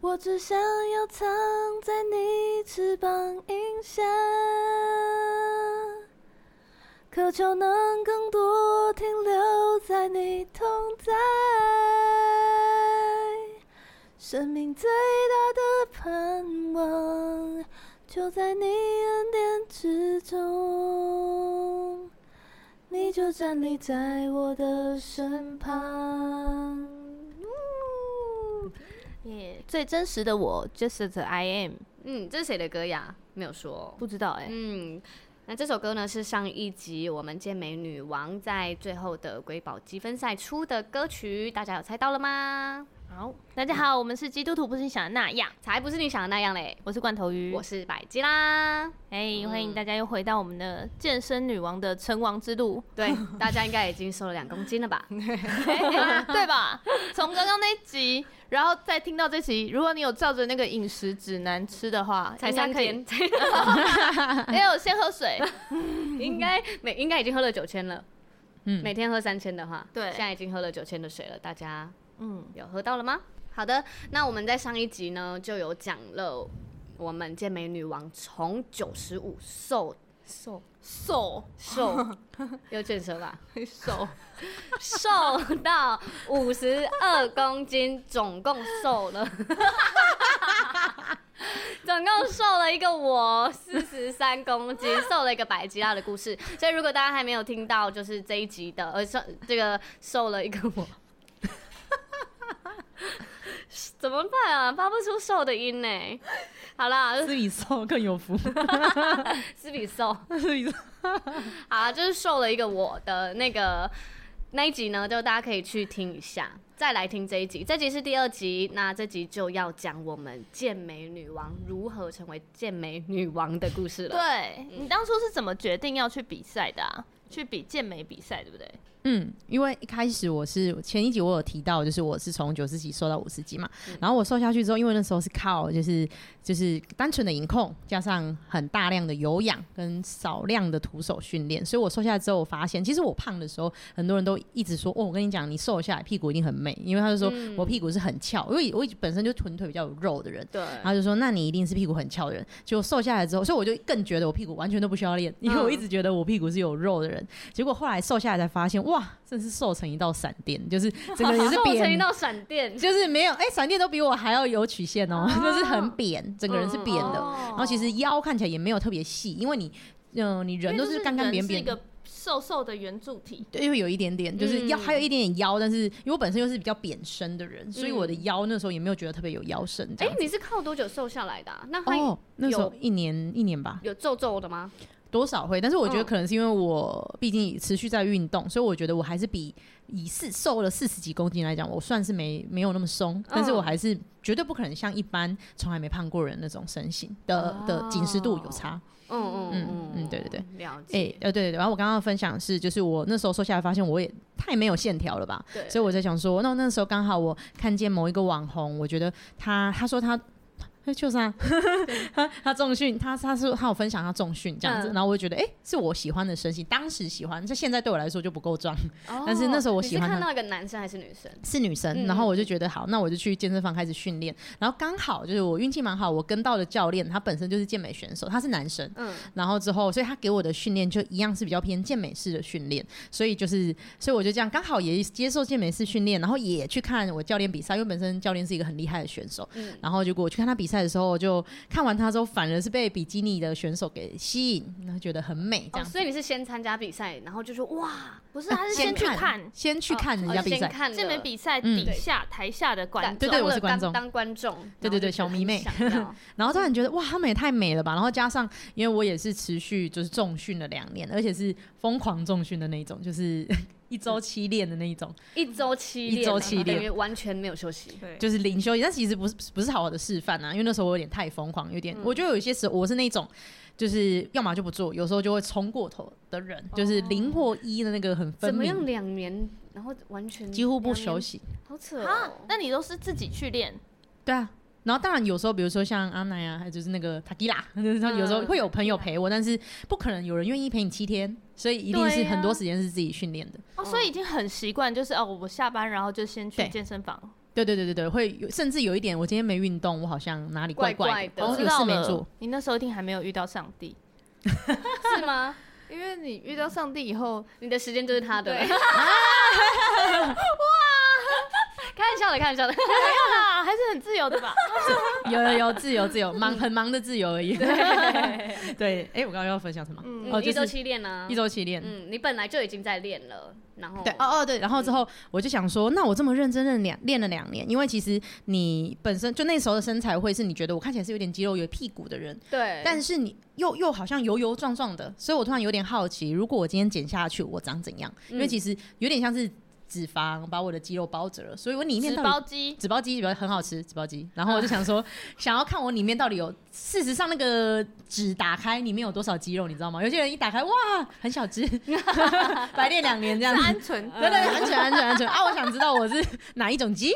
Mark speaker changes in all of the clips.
Speaker 1: 我只想要藏在你翅膀荫下，渴求能更多停留在你同在。生命最大的盼望，就在你恩典之中，你就站立在我的身旁。嗯耶最真实的我，just as I am，
Speaker 2: 嗯，这是谁的歌呀？没有说哦。
Speaker 1: 不知道哎、
Speaker 2: 嗯，那这首歌呢是上一集我们健美女王在最后的瑰宝积分赛出的歌曲，大家有猜到了吗？
Speaker 1: 好，大家好，我们是基督徒，不是你想的那样。
Speaker 2: 才不是你想的那样嘞！
Speaker 1: 我是罐头鱼，
Speaker 2: 我是嗯百吉啦。
Speaker 1: 哎、欢迎大家又回到我们的健身女王的成王之 路，
Speaker 2: 对，大家应该已经瘦了两公斤了吧？
Speaker 1: 对吧？从刚刚那一集，然后再听到这集，如果你有照着那个饮食指南吃的话，
Speaker 2: 才
Speaker 1: 应该
Speaker 2: 三
Speaker 1: 可以。
Speaker 2: 天，
Speaker 1: 没有，先喝水。
Speaker 2: 应该每应该已经喝了九千了。
Speaker 3: 嗯
Speaker 2: 每天喝三千的话，
Speaker 1: 对
Speaker 2: 现在已经喝了九千的水了，大家
Speaker 1: 嗯，
Speaker 2: 有喝到了吗？好的，那我们在上一集呢就有讲了，我们健美女王从九十五瘦瘦
Speaker 1: 瘦
Speaker 2: 瘦有卷舌吧，
Speaker 1: 瘦，
Speaker 2: 瘦到五十二公斤，总共瘦了， 总共瘦了一个我四十三公斤，瘦了一个百吉拉的故事。所以如果大家还没有听到，就是这一集的，呃，瘦这个瘦了一个我。怎么办啊？发不出瘦的音呢、好啦，
Speaker 3: 斯比瘦更有福，
Speaker 2: 是比瘦。
Speaker 3: 斯比瘦
Speaker 2: 好，啊就是瘦了一个我的那个那一集呢，就大家可以去听一下，再来听这一集。这集是第二集，那这集就要讲我们健美女王如何成为健美女王的故事了。
Speaker 1: 对
Speaker 2: 嗯
Speaker 1: 你当初是怎么决定要去比赛的、啊？去比健美比赛，对不对？
Speaker 3: 嗯，因为一开始我是前一集我有提到，就是我是从九十几瘦到五十几嘛，然后我瘦下去之后，因为那时候是靠就是就是单纯的饮控，加上很大量的有氧跟少量的徒手训练，所以我瘦下来之后，我发现其实我胖的时候，很多人都一直说哦，我跟你讲，你瘦下来屁股一定很美，因为他就说我屁股是很翘，因为我本身就臀腿比较有肉的人，
Speaker 2: 对
Speaker 3: 然后就说：“那你一定是屁股很翘的人。”结果瘦下来之后，所以我就更觉得我屁股完全都不需要练，因为我一直觉得我屁股是有肉的人。结果后来瘦下来才发现，哇，真是瘦成一道闪电，就是整个 人是
Speaker 2: 瘦成一
Speaker 3: 扁，
Speaker 2: 道闪电，
Speaker 3: 就是没有哎，闪、电都比我还要有曲线哦，就是很扁，整个人是扁的。
Speaker 2: 哦
Speaker 3: 然后其实腰看起来也没有特别细，因为你，嗯、你人都
Speaker 1: 因为就是
Speaker 3: 干干扁
Speaker 1: 人
Speaker 3: 扁
Speaker 1: 是一
Speaker 3: 的。
Speaker 1: 个瘦瘦的圆柱体。
Speaker 3: 对，因为有一点点，就是腰、
Speaker 2: 嗯
Speaker 3: 还有一点点腰，但是因为我本身又是比较扁身的人，所以我的腰那时候也没有觉得特别有腰身这
Speaker 2: 哎、
Speaker 3: 样子。
Speaker 2: 你是靠多久瘦下来的、啊？那还
Speaker 3: 哦，那时候
Speaker 2: 有
Speaker 3: 一年一年吧，
Speaker 2: 有皱皱的吗？
Speaker 3: 多少会，但是我觉得
Speaker 2: 嗯
Speaker 3: 可能是因为我毕竟持续在运动，所以我觉得我还是比以四瘦了四十几公斤来讲，我算是没没有那么松，但是我还是绝对不可能像一般从来没胖过人那种身形的、的紧实度有差。
Speaker 2: 嗯嗯
Speaker 3: 嗯
Speaker 2: 嗯
Speaker 3: 嗯对对对，
Speaker 2: 了解。
Speaker 3: 诶，呃，对对对，然后我刚刚分享的是，就是我那时候瘦下来发现我也太没有线条了吧，
Speaker 2: 对，
Speaker 3: 所以我在想说，那那时候刚好我看见某一个网红，我觉得他他说他。他就是啊， 他他重训，他他说他有分享他重训这样子，
Speaker 2: 嗯
Speaker 3: 然后我就觉得，哎、是我喜欢的身形，当时喜欢，这现在对我来说就不够壮，
Speaker 2: 哦
Speaker 3: 哎但是那时候我喜欢
Speaker 2: 你是看
Speaker 3: 他
Speaker 2: 到一个男生还是女生？
Speaker 3: 是女生，
Speaker 2: 嗯
Speaker 3: 然后我就觉得好，那我就去健身房开始训练，然后刚好就是我运气蛮好，我跟到的教练他本身就是健美选手，他是男生，
Speaker 2: 嗯，
Speaker 3: 然后之后，所以他给我的训练就一样是比较偏健美式的训练，所以就是，所以我就这样刚好也接受健美式训练，然后也去看我教练比赛，因为本身教练是一个很厉害的选手，
Speaker 2: 嗯
Speaker 3: 然后结果我去看他比赛的时候，就看完他之后，反而是被比基尼的选手给吸引，然后觉得很美这
Speaker 2: 哦，
Speaker 3: 样。
Speaker 2: 所以你是先参加比赛，然后就说哇，
Speaker 1: 不 是，他是先去看
Speaker 3: 先去看人
Speaker 2: 哦
Speaker 3: 家比
Speaker 2: 先
Speaker 3: 赛，
Speaker 2: 看了
Speaker 1: 健美比赛
Speaker 3: 嗯
Speaker 1: 底下、台下的观众。
Speaker 3: 对对我是观众
Speaker 2: 当当观众，
Speaker 3: 对对对小迷妹
Speaker 2: 然后就觉得很想要
Speaker 3: 然后突然觉得哇，他们也太美了吧！然后加上，因为我也是持续就是重训了两年，而且是疯狂重训的那一种，就是 一周七练的那一种。
Speaker 2: 一周 七
Speaker 3: 一周七
Speaker 2: 练
Speaker 3: 练
Speaker 2: 啊，等于完全没有休息。
Speaker 1: 对
Speaker 3: 就是零休息，但其实不是不是好好的示范啊，因为那时候我有点太疯狂，有
Speaker 2: 嗯
Speaker 3: 点、我觉得有一些时候我是那种。就是要么就不做，有时候就会冲过头的人，就是零或一的那个很分
Speaker 2: 哦怎么
Speaker 3: 明
Speaker 2: 样，，两年，然后完全
Speaker 3: 几乎不休
Speaker 2: 息，
Speaker 3: 息。
Speaker 2: 好扯
Speaker 1: 啊
Speaker 2: 哦，！
Speaker 1: 那你都是自己去练？
Speaker 3: 对啊，然后当然有时候，比如说像阿奶啊，还有就是那个塔吉拉， 就是他
Speaker 2: 嗯
Speaker 3: 有时候会有朋友陪我，但是不可能有人愿意陪你七天，所以一定是
Speaker 1: 对啊
Speaker 3: 很多时间是自己训练的。
Speaker 1: 嗯哦，所以已经很习惯，就是哦，我下班然后就先去
Speaker 3: 对
Speaker 1: 健身房。
Speaker 3: 对对对对对，会有甚至有一点，我今天没运动，我好像哪里怪
Speaker 2: 怪怪的
Speaker 3: 好
Speaker 2: 我
Speaker 3: 像
Speaker 2: 知
Speaker 3: 有事没
Speaker 1: 了
Speaker 3: 做。，
Speaker 1: 你那时候一定还没有遇到上帝，
Speaker 2: 是吗？
Speaker 1: 因为你遇到上帝以后，
Speaker 2: 你的时间就是他的 了。
Speaker 1: 对
Speaker 2: 哇，开玩笑的，开玩笑 的。
Speaker 1: 没有啦，还是很自由的 吧？
Speaker 3: 有有有自由自 由，忙很忙的自由而已。对，哎、我刚刚要分享什么？
Speaker 1: 嗯
Speaker 3: 哦，
Speaker 2: 一
Speaker 3: 就
Speaker 2: 周
Speaker 3: 是
Speaker 2: 期练呢
Speaker 3: 一？周期练。
Speaker 2: 嗯，你本来就已经在练了，然后
Speaker 3: 对，哦哦对，然后之后我就想说，那我这么认真练两练了两年，因为其实你本身就那时候的身材会是你觉得我看起来是有点肌肉、有屁股的人，
Speaker 2: 对，
Speaker 3: 但是你又又好像油油壮壮的，所以我突然有点好奇，如果我今天减下去，我长怎样？因为
Speaker 2: 嗯
Speaker 3: 其实有点像是脂肪把我的肌肉包着了，所以我里面
Speaker 1: 纸
Speaker 3: 到底
Speaker 1: 包鸡，
Speaker 3: 纸包鸡比较很好吃，纸包鸡。然后我就想说，想要看我里面到底有，事实上那个纸打开里面有多少肌肉，你知道吗？有些人一打开，哇，很小只， 白练两年这样子。
Speaker 1: 鹌鹑，
Speaker 3: 对对对，安全安全安全啊！我想知道 我是哪一种鸡，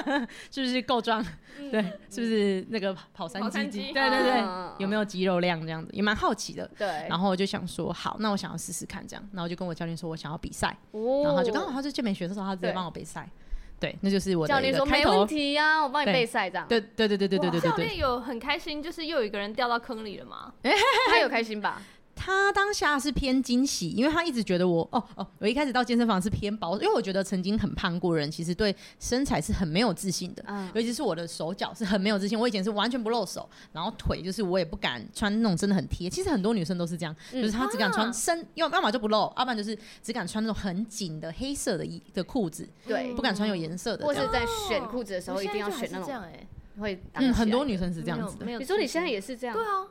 Speaker 3: 是不是够壮？ 对，是不是那个跑山
Speaker 1: 跑
Speaker 3: 鸡
Speaker 1: 山
Speaker 3: 鸡？
Speaker 1: 鸡
Speaker 3: 对对对
Speaker 2: 嗯，
Speaker 3: 有没有肌肉量这样子，也蛮好奇的。
Speaker 2: 对，
Speaker 3: 然后我就想说，好，那我想要试试看这样。然后我就跟我教练说，我想要比赛。
Speaker 2: 哦
Speaker 3: 然后他就刚好他是健美学的时候，他直接
Speaker 2: 对
Speaker 3: 帮我比赛。对，那就是我的
Speaker 2: 教
Speaker 3: 一
Speaker 2: 练
Speaker 3: 个
Speaker 2: 说
Speaker 3: 开
Speaker 2: 没
Speaker 3: 头
Speaker 2: 问题啊，我帮你
Speaker 3: 对
Speaker 2: 备赛这样。
Speaker 3: 对对对对对对对对
Speaker 1: 教
Speaker 3: 对，
Speaker 1: 练有很开心，就是又有一个人掉到坑里了嘛？
Speaker 2: 他有开心吧？
Speaker 3: 他当下是偏惊喜，因为他一直觉得我哦哦，我一开始到健身房是偏保守，因为我觉得曾经很胖过人，其实对身材是很没有自信的。
Speaker 2: 嗯，
Speaker 3: 尤其是我的手脚是很没有自信，我以前是完全不露手，然后腿就是我也不敢穿那种真的很贴。其实很多女生都是这样，
Speaker 2: 嗯
Speaker 3: 就是她只敢
Speaker 1: 啊
Speaker 3: 穿深，要要么就不露，要不然就是只敢穿那种很紧的黑色的衣的裤子，
Speaker 2: 对
Speaker 1: 嗯
Speaker 3: 不敢穿有颜色的
Speaker 2: 或
Speaker 3: 这样。
Speaker 2: 是在选裤子的时候
Speaker 1: 我
Speaker 2: 一
Speaker 1: 哦现在
Speaker 2: 定要
Speaker 1: 就还
Speaker 2: 选
Speaker 1: 是
Speaker 2: 那
Speaker 1: 这
Speaker 2: 种
Speaker 1: 样哎，
Speaker 2: 会挡
Speaker 3: 嗯，
Speaker 2: 起
Speaker 3: 很
Speaker 2: 来
Speaker 3: 多
Speaker 2: 的
Speaker 3: 女生是这样子的
Speaker 1: 没，有。
Speaker 2: 你说你现在也是这样
Speaker 1: 对，啊，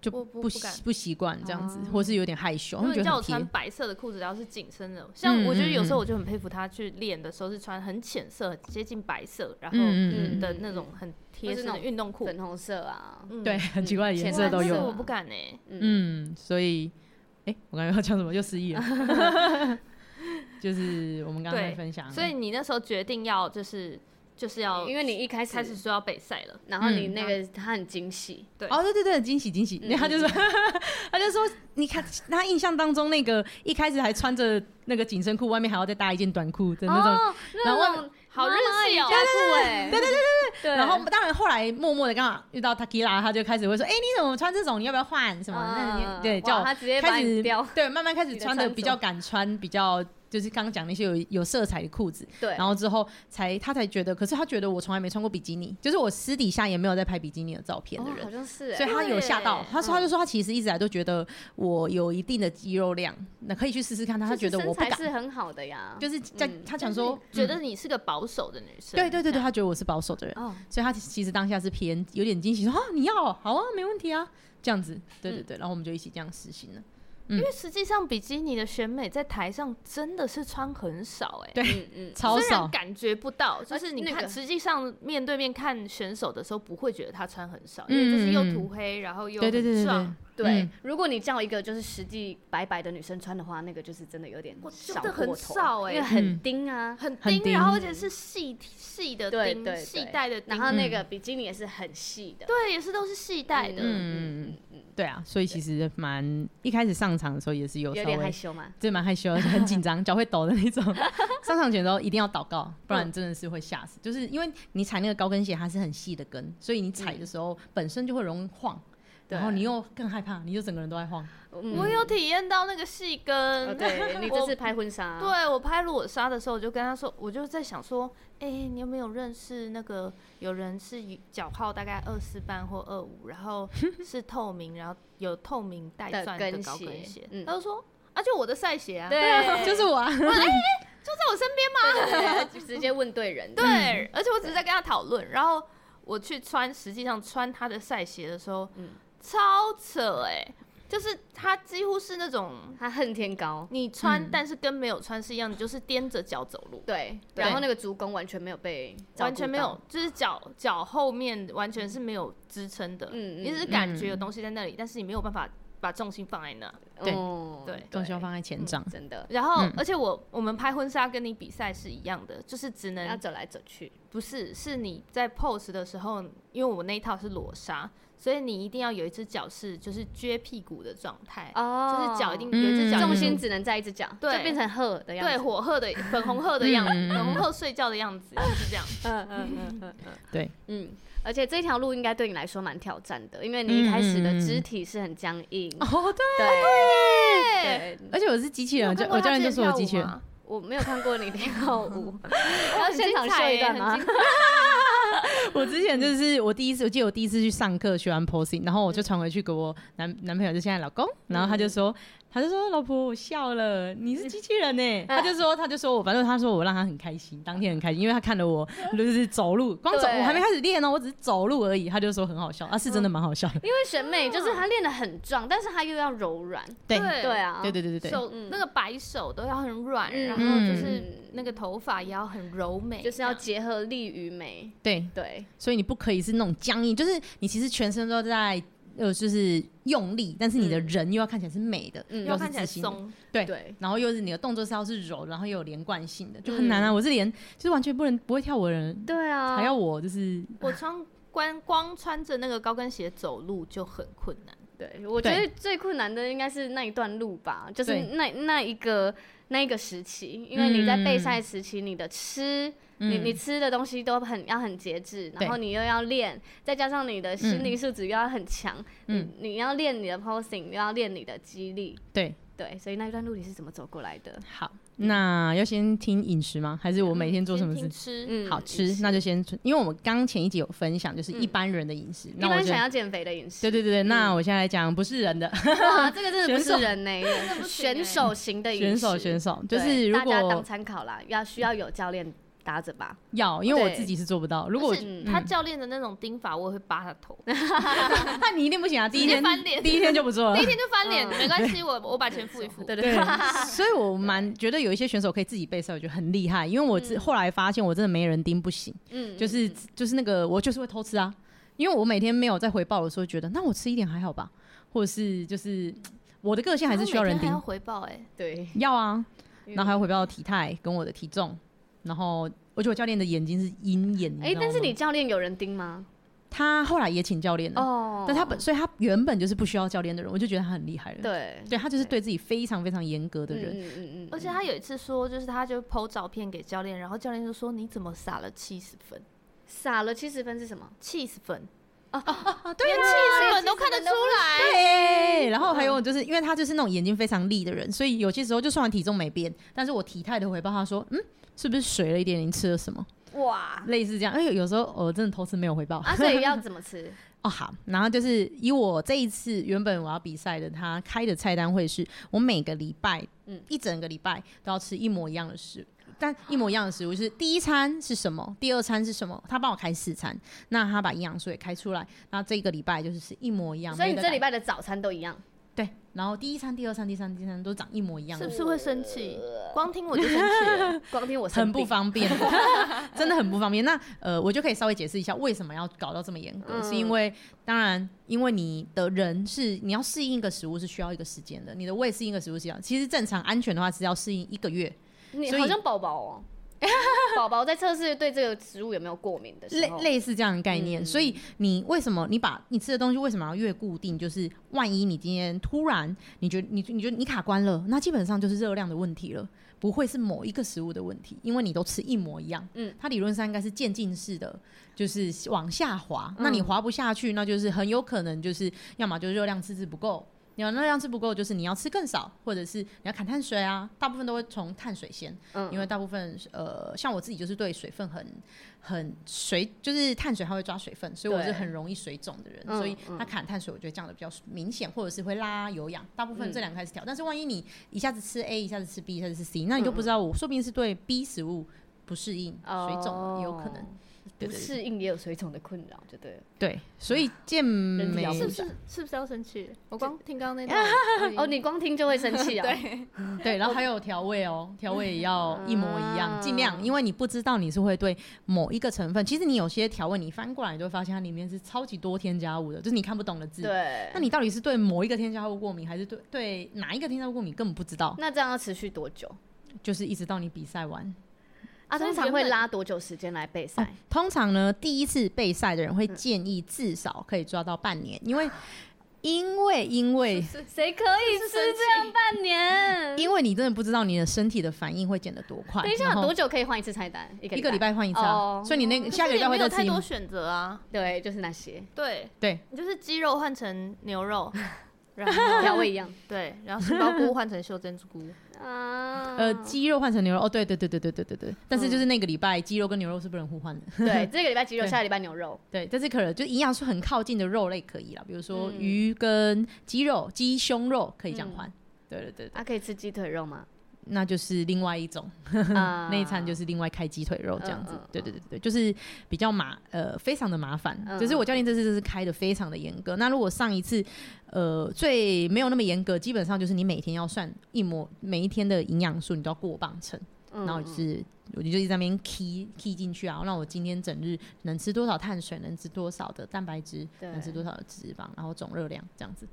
Speaker 3: 就
Speaker 1: 我不
Speaker 3: 不
Speaker 1: 不敢
Speaker 3: 习不习惯这样子
Speaker 2: 哦，
Speaker 3: 或是有点害羞，他
Speaker 1: 因
Speaker 3: 们
Speaker 1: 为
Speaker 3: 觉
Speaker 1: 你
Speaker 3: 得
Speaker 1: 叫我
Speaker 3: 很贴嗯
Speaker 1: 穿白色的裤子，然后是紧身的。像我觉得有时候我就很佩服他去练的时候是穿很浅色、接近白色，然后
Speaker 3: 嗯嗯
Speaker 1: 的那种很贴身的
Speaker 2: 或是那种
Speaker 1: 运动裤。
Speaker 2: 粉红色啊，
Speaker 1: 嗯
Speaker 3: 嗯，对，，很奇怪的颜
Speaker 2: 浅
Speaker 3: 色
Speaker 1: 哇
Speaker 3: 都
Speaker 1: 那个
Speaker 3: 有。
Speaker 1: 我不敢哎。
Speaker 3: 嗯，所以，哎、我刚刚要讲什么？又失忆了。 就是我们刚刚在
Speaker 1: 对
Speaker 3: 分享，
Speaker 1: 所以你那时候决定要就是就是要
Speaker 2: 哦因为你一开始
Speaker 1: 开始说要备赛了，
Speaker 2: 然后你
Speaker 3: 嗯
Speaker 2: 那个他很惊喜，
Speaker 1: 对
Speaker 3: 哦，对对对，惊喜惊
Speaker 2: 嗯
Speaker 3: 喜，然后他就说， 他就说，你看他印象当中那个一开始还穿着那个紧身裤，外面还要再搭一件短裤的那种，
Speaker 2: 哦，
Speaker 3: 然后
Speaker 2: 那种
Speaker 1: 好日系哦
Speaker 2: 家裤哎，对对对对对
Speaker 3: 然后当然后来默默的刚好遇到 Takira，他就开始会说，哎、你怎么穿这种？你要不要换什么？那
Speaker 2: 嗯嗯嗯
Speaker 3: 你对
Speaker 2: 哇
Speaker 3: 叫我
Speaker 2: 他直接把
Speaker 3: 开
Speaker 2: 你
Speaker 3: 始
Speaker 2: 叼
Speaker 3: 对慢慢开始
Speaker 2: 你的
Speaker 3: 穿的
Speaker 2: 穿着
Speaker 3: 比较敢穿，比较就是刚刚讲那些有有色彩的裤子，
Speaker 2: 对
Speaker 3: 然后之后才他才觉得，可是他觉得我从来没穿过比基尼，就是我私底下也没有在拍比基尼的照片的
Speaker 2: 哦
Speaker 3: 人，
Speaker 2: 好像是哎，
Speaker 3: 所以他有吓到
Speaker 1: 对。
Speaker 3: 他说他就说他其实一直以来都觉得我有一定的肌肉量，那可以去试试看。他觉得我不
Speaker 2: 身材
Speaker 3: 敢，
Speaker 2: 是很好的呀，
Speaker 3: 就是在
Speaker 2: 嗯
Speaker 3: 他想说，
Speaker 1: 觉得你是个保守的女生。
Speaker 3: 对对对
Speaker 1: 这
Speaker 3: 对，
Speaker 1: 样，
Speaker 3: 他觉得我是保守的人，
Speaker 2: 哦，
Speaker 3: 所以他其实当下是偏有点惊喜，说啊你要哦好啊没问题啊这样子，对对对，然后我们就一起这样实行了。
Speaker 1: 因为实际上比基尼的选美在台上真的是穿很少哎。
Speaker 3: 对
Speaker 2: 嗯嗯，
Speaker 3: 超
Speaker 1: 虽然
Speaker 3: 少，
Speaker 1: 感觉不到，就
Speaker 2: 而
Speaker 1: 是
Speaker 2: 且
Speaker 1: 你
Speaker 2: 那
Speaker 1: 看，
Speaker 2: 个
Speaker 1: 实际上面对面看选手的时候，不会觉得他穿很少，
Speaker 3: 嗯
Speaker 1: 因为就是又涂黑，然后又
Speaker 3: 对对对对
Speaker 1: 很
Speaker 3: 对
Speaker 1: 壮，
Speaker 2: 对
Speaker 3: 嗯，
Speaker 2: 如果你叫一个就是实际白白的女生穿的话，那个就是真的有点
Speaker 1: 我
Speaker 2: 少
Speaker 1: 真的很
Speaker 2: 过头
Speaker 1: 少欸
Speaker 2: 因为
Speaker 3: 嗯
Speaker 2: 很盯啊，
Speaker 1: 很
Speaker 3: 很
Speaker 1: 钉，
Speaker 3: 钉
Speaker 1: 然后而且是细细的
Speaker 2: 对
Speaker 1: 钉，
Speaker 2: 对对
Speaker 1: 细带的钉
Speaker 2: 然，后那个比基尼也是很细的，
Speaker 1: 对，也是都是细带的。
Speaker 3: 嗯嗯嗯，对啊，所以其实蛮一开始上场的时候也是有
Speaker 2: 有
Speaker 3: 稍
Speaker 2: 点
Speaker 3: 微
Speaker 2: 害羞嘛，
Speaker 3: 真的蛮害羞，而且很紧张，脚会抖的那种。 上场前都一定要祷告，不然真的是会吓死。就是因为你踩那个高跟鞋，它是很细的跟，所以你踩的时候本身就会容易晃，
Speaker 2: 对
Speaker 3: 然后你又更害怕，你就整个人都在晃。
Speaker 2: 嗯
Speaker 1: 我有体验到那个细
Speaker 2: 哦
Speaker 1: 跟，
Speaker 2: 对你这
Speaker 1: 我
Speaker 2: 次拍婚纱，
Speaker 1: 对我拍裸纱的时候，我就跟他说，我就在想说，哎、你有没有认识那个有人是脚号大概二四半或二五，然 后是透明，然后有透明带
Speaker 2: 的
Speaker 1: 钻
Speaker 2: 跟
Speaker 1: 高
Speaker 2: 鞋
Speaker 1: 跟鞋？
Speaker 2: 嗯
Speaker 1: 他就说，啊，就我的赛鞋啊，
Speaker 2: 对
Speaker 3: 啊就是我啊，
Speaker 1: 就在我身边嘛。
Speaker 2: 对，对对 直接问对人，
Speaker 1: 对，而且我只是在跟他讨论，然后我去穿，实际上穿他的赛鞋的时候，
Speaker 2: 嗯
Speaker 1: 超扯哎、就是他几乎是那种。
Speaker 2: 他恨天高，
Speaker 1: 你穿，
Speaker 3: 嗯
Speaker 1: 但是跟没有穿是一样，你就是踮着脚走路。
Speaker 2: 对，
Speaker 3: 对
Speaker 2: 然后那个足弓完全没有被，
Speaker 1: 完全没有，，就是脚脚后面完全是没有支撑的，
Speaker 2: 嗯嗯
Speaker 1: 你只是感觉有东西在那里，但是你没有办法把重心放在那。
Speaker 3: 对
Speaker 2: 哦
Speaker 1: 对
Speaker 3: 东西要放在前掌。
Speaker 2: 真的
Speaker 1: 然后，
Speaker 3: 嗯
Speaker 1: 而且我我们拍婚纱跟你比赛是一样的，就是只
Speaker 2: 要
Speaker 1: 能
Speaker 2: 走来走去，
Speaker 1: 不是，是你在 pose 的时候，因为我那一套是裸纱，所以你一定要有一只脚是就是撅屁股的状态，
Speaker 2: 哦
Speaker 1: 就是脚一定
Speaker 3: 嗯
Speaker 1: 有一只脚
Speaker 2: 重
Speaker 1: 就是
Speaker 2: 心只能在一只脚，
Speaker 1: 对
Speaker 2: 就变成鹤的样
Speaker 1: 对
Speaker 2: 子。
Speaker 1: 火鹤的粉红鹤的样子，
Speaker 3: 嗯
Speaker 1: 粉红鹤睡觉的样子就是这样。
Speaker 2: 嗯嗯嗯嗯嗯，
Speaker 3: 对，
Speaker 2: 嗯，而且这条路应该对你来说蛮挑战的，因为你一开始的
Speaker 3: 嗯嗯嗯
Speaker 2: 肢体是很僵硬，
Speaker 3: 哦对，
Speaker 2: 对对，
Speaker 3: 而且我是机器人，我
Speaker 1: 你有看过
Speaker 3: 教我教
Speaker 1: 他
Speaker 3: 练
Speaker 1: 之前
Speaker 3: 就说我
Speaker 1: 跳舞
Speaker 3: 机器人，
Speaker 1: 吗，
Speaker 2: 我没有看过你跳 舞，
Speaker 1: 哇
Speaker 2: 要
Speaker 1: 很精
Speaker 2: 现场
Speaker 1: 彩
Speaker 2: 秀一
Speaker 1: 耶
Speaker 2: 段
Speaker 1: 很
Speaker 2: 吗
Speaker 1: 精？彩
Speaker 3: 我之前就是我第一次，我记得我第一次去上课学完 posing，然后我就传回去给我男男朋友，就现在老公，然后他就说，他就说老婆我笑了，你是机器人呢、他就说他就说我反正他说我让他很开心，当天很开心，因为他看了我就是走路，光走
Speaker 2: 对
Speaker 3: 我还没开始练哦，我只是走路而已，他就说很好笑，啊是真的蛮好笑的，
Speaker 2: 因为选美就是她练得很壮，但是她又要柔软，
Speaker 3: 对
Speaker 1: 对
Speaker 2: 哦对啊，
Speaker 3: 对对对对对，
Speaker 1: 手
Speaker 2: 嗯
Speaker 1: 那个白手都要很软，
Speaker 2: 嗯
Speaker 1: 然后就是
Speaker 2: 嗯
Speaker 1: 那个头发也要很柔美，
Speaker 2: 就是要
Speaker 1: 这样
Speaker 2: 结合力与美，
Speaker 3: 对，
Speaker 2: 对，
Speaker 3: 所以你不可以是那种僵硬，就是你其实全身都在呃就是用力，但是你的
Speaker 2: 嗯
Speaker 3: 人又要看起来是美的，
Speaker 2: 嗯
Speaker 3: 又
Speaker 1: 要
Speaker 3: 是
Speaker 1: 看起来
Speaker 3: 自信的。
Speaker 1: 松，
Speaker 3: 对
Speaker 2: 对，
Speaker 3: 然后又是你的动作是要是柔，然后又有连贯性的，就很难啊！我是连就是完全不能不会跳舞的人，
Speaker 2: 对啊，
Speaker 3: 还要我就是
Speaker 1: 我穿光光穿着那个高跟鞋走路就很困难。
Speaker 2: 对，我觉得
Speaker 3: 对
Speaker 2: 最困难的应该是那一段路吧，就是
Speaker 3: 对
Speaker 2: 那那一个那一个时期，因为你在备赛时期，你的吃，
Speaker 3: 嗯
Speaker 2: 你你吃的东西都很要很节制，然后你又要练，再加上你的心理素质又要很强，
Speaker 3: 嗯
Speaker 2: 你你要练你的 posing，又要练你的肌力，
Speaker 3: 对
Speaker 2: 对，所以那一段路你是怎么走过来的？
Speaker 3: 好。那要先听饮食吗？还是我每天做什么
Speaker 1: 先
Speaker 3: 事
Speaker 1: 听？吃，
Speaker 2: 嗯，
Speaker 3: 好吃，那就先，因为我们刚前一集有分享，就是一般人的饮食。
Speaker 2: 一
Speaker 3: 那我
Speaker 2: 般
Speaker 3: 就
Speaker 2: 想要减肥的饮食，
Speaker 3: 对对对对，那我现在来讲不是人的
Speaker 2: 哇，这个 真的不是
Speaker 3: 选手
Speaker 2: 人呢、
Speaker 1: 不行欸
Speaker 2: 选手型的饮食，
Speaker 3: 选手选手，就
Speaker 2: 对
Speaker 3: 是如
Speaker 2: 大家当
Speaker 3: 果
Speaker 2: 参考啦，要需要有教练搭着吧。
Speaker 3: 要，因为我
Speaker 2: 对
Speaker 3: 自己是做不到。如果我
Speaker 1: 而且他教练的那种钉法，我也会扒他头，第
Speaker 3: 那你一定不行啊，第一
Speaker 1: 接
Speaker 3: 天
Speaker 1: 翻脸
Speaker 3: 第一天就不 做了
Speaker 1: 一。天就翻脸，
Speaker 2: 嗯
Speaker 1: 没关系，我我把钱付一付。
Speaker 2: 对
Speaker 3: 对
Speaker 2: 对，，
Speaker 3: 所以我蛮觉得有一些选手可以自己备赛，我觉得很厉害，因为我自
Speaker 2: 嗯
Speaker 3: 后来发现我真的没人盯不行，
Speaker 2: 嗯，
Speaker 3: 就是就是那个我就是会偷吃啊，因为我每天没有在回报的时候，觉得那我吃一点还好吧，或者是就是我的个性还是需要人
Speaker 1: 然后每天还要
Speaker 3: 盯，
Speaker 1: 回报哎，
Speaker 2: 对，
Speaker 3: 要啊，然后还
Speaker 2: 嗯
Speaker 3: 要回报体态跟我的体重，然后而且我教练的眼睛是鹰眼，
Speaker 2: 哎、
Speaker 3: 知道
Speaker 2: 但是
Speaker 3: 吗
Speaker 2: 你教练有人盯吗？
Speaker 3: 他后来也请教练了，
Speaker 2: 哦
Speaker 3: 但他本所以他原本就是不需要教练的人，我就觉得他很厉害了，
Speaker 2: 对
Speaker 3: 对他就是对自己非常非常严格的人，
Speaker 2: 嗯嗯嗯嗯，
Speaker 1: 而且他有一次说，就是他就 PO 照片给教练，然后教练就说你怎么撒了七十分？
Speaker 2: 撒了七十分是什么？
Speaker 1: 七十分，
Speaker 2: 哦
Speaker 3: 对
Speaker 2: 啊
Speaker 1: 连七十分都看得出来。
Speaker 3: 对，然后
Speaker 2: 嗯
Speaker 3: 还有就是，因为他就是那种眼睛非常利的人，所以有些时候就算我体重没变，但是我体态的回报，他说，嗯，是不是水了一点？你吃了什么？
Speaker 2: 哇！
Speaker 3: 类似这样，因哎为有时候我、真的偷吃没有回报。
Speaker 2: 啊，所以要怎么 吃？
Speaker 3: 哦好，然后就是以我这一次原本我要比赛的，他开的菜单会是我每个礼拜，
Speaker 2: 嗯
Speaker 3: 嗯，一整个礼拜都要吃一模一样的食物。但一模一样的食物就是第一餐是什么，第二餐是什么，他帮我开四餐，那他把营养素也开出来，那这个礼拜就是是一模一样。
Speaker 2: 所以你
Speaker 3: 没得
Speaker 2: 这
Speaker 3: 改
Speaker 2: 礼拜的早餐都一样，
Speaker 3: 对，然后第一餐、第二餐、第三、第三都长一模一样
Speaker 1: 是
Speaker 3: 的
Speaker 1: 不，是会生气？光听我就生气 了。
Speaker 2: 光听我生
Speaker 3: 很不
Speaker 2: 病
Speaker 3: 方便， 真的很不方便。那呃，我就可以稍微解释一下为什么要搞到这么严格，
Speaker 2: 嗯
Speaker 3: 是因为当然，因为你的人是你要适应一个食物是需要一个时间的，你的胃适应一个食物是要，其实正常安全的话是要适应一个月，
Speaker 2: 你
Speaker 3: 所以
Speaker 2: 好像宝宝哦， 宝宝在测试对这个食物有没有过敏的时
Speaker 3: 类
Speaker 2: 候，
Speaker 3: 类似这样的概
Speaker 2: 嗯
Speaker 3: 念。所以你为什么你把你吃的东西为什么要越固定？就是万一你今天突然你觉得你你觉得你卡关了，那基本上就是热量的问题了，不会是某一个食物的问题，因为你都吃一模一样。
Speaker 2: 嗯
Speaker 3: 嗯，它理论上应该是渐进式的，就是往下滑。
Speaker 2: 嗯
Speaker 3: 那你滑不下去，那就是很有可能就是要么就是热量赤字不够。你要热量吃不够，就是你要吃更少，或者是你要砍碳水啊。大部分都会从碳水先，
Speaker 2: 嗯
Speaker 3: 因为大部分呃，像我自己就是对水分很很水，就是碳水它会抓水分，所以我
Speaker 2: 对
Speaker 3: 是很容易水肿的人，
Speaker 2: 嗯
Speaker 3: 所以
Speaker 2: 嗯
Speaker 3: 它砍碳水我觉得降的比较明显，或者是会拉有氧。大部
Speaker 2: 嗯
Speaker 3: 分这两个开始调，但是万一你一下子吃 A，一下子吃 B，一下子吃 C，那你就
Speaker 2: 嗯
Speaker 3: 不知道我说不定是对 B 食物不适应，水肿了也有可能
Speaker 2: 哦。
Speaker 3: 对
Speaker 2: 不
Speaker 3: 对
Speaker 2: 适应也有水肿的困扰，就对了。
Speaker 3: 对，所以健
Speaker 2: 人体
Speaker 3: 美
Speaker 2: 要
Speaker 1: 是
Speaker 2: 不
Speaker 1: 不是是不是要生气？我光听刚刚那段哎
Speaker 2: 哦，你光听就会生气啊。 对，
Speaker 3: 对，然后还有调味哦，调味也要
Speaker 1: 嗯
Speaker 3: 一模一样，尽量，因为你不知道你是会对某一个成分，其实你有些调味你翻过来，你就会发现它里面是超级多添加物的，就是你看不懂的字。
Speaker 2: 对
Speaker 3: 那。你到底是对某一个添加物过敏，还是对对 哪一个添加物过敏，根本不知道，
Speaker 2: 那这样要持续多久？
Speaker 3: 就是一直到你比赛完。
Speaker 2: 啊，
Speaker 1: 所以
Speaker 2: 通常
Speaker 1: 原
Speaker 2: 会
Speaker 1: 本
Speaker 2: 拉多久时间来备赛？
Speaker 3: 通常呢，第一次备赛的人
Speaker 1: 嗯
Speaker 3: 会建议至少可以抓到半年，因为因为因为
Speaker 2: 谁可以吃这样半年？
Speaker 3: 因为你真的不知道你的身体的反应会减得多快。
Speaker 2: 等一下
Speaker 3: 然后
Speaker 2: 多久可以换一次菜单？一个
Speaker 3: 一个礼拜换一次
Speaker 2: 哦
Speaker 3: 啊，所以你那个
Speaker 1: 可是
Speaker 3: 下个礼
Speaker 1: 也
Speaker 3: 拜
Speaker 1: 没
Speaker 3: 会
Speaker 1: 有
Speaker 3: 再
Speaker 1: 太
Speaker 3: 吃一
Speaker 1: 多选择啊，
Speaker 2: 对，就是那 些
Speaker 1: 对
Speaker 3: 对，
Speaker 1: 你就是鸡肉换成牛肉，然
Speaker 2: 调
Speaker 1: 后
Speaker 2: 味一样。
Speaker 1: 对，然后杏鲍菇换成袖珍珠菇，
Speaker 2: 啊，
Speaker 3: 呃，鸡肉换成牛肉，哦，对对对对对对对对，但是就是那个礼拜鸡肉跟牛肉是不能互换的，
Speaker 2: 对，这个礼拜鸡肉，
Speaker 3: 对
Speaker 2: 下个礼拜牛肉。
Speaker 3: 对，但是可能就营养素很靠近的肉类可以啦，比如说鱼跟鸡肉、鸡胸肉可以这样换，对对对对，
Speaker 2: 啊，可以吃鸡腿肉 吗？
Speaker 3: 那就是另外一种，
Speaker 2: 啊
Speaker 3: 那一餐就是另外开鸡腿肉这样子
Speaker 2: 嗯嗯，
Speaker 3: 对对对对，就是比较麻呃非常的麻烦，
Speaker 2: 嗯
Speaker 3: 就是我教练这次就是开的非常的严格，那如果上一次呃最没有那么严格，基本上就是你每天要算一模每一天的营养素，你都要过磅称。
Speaker 2: 嗯
Speaker 3: 然后就是我就一直在那边 key key 进去啊，让我今天整日能吃多少碳水，能吃多少的蛋白质，
Speaker 2: 对
Speaker 3: 能吃多少的脂肪，然后总热量这样子。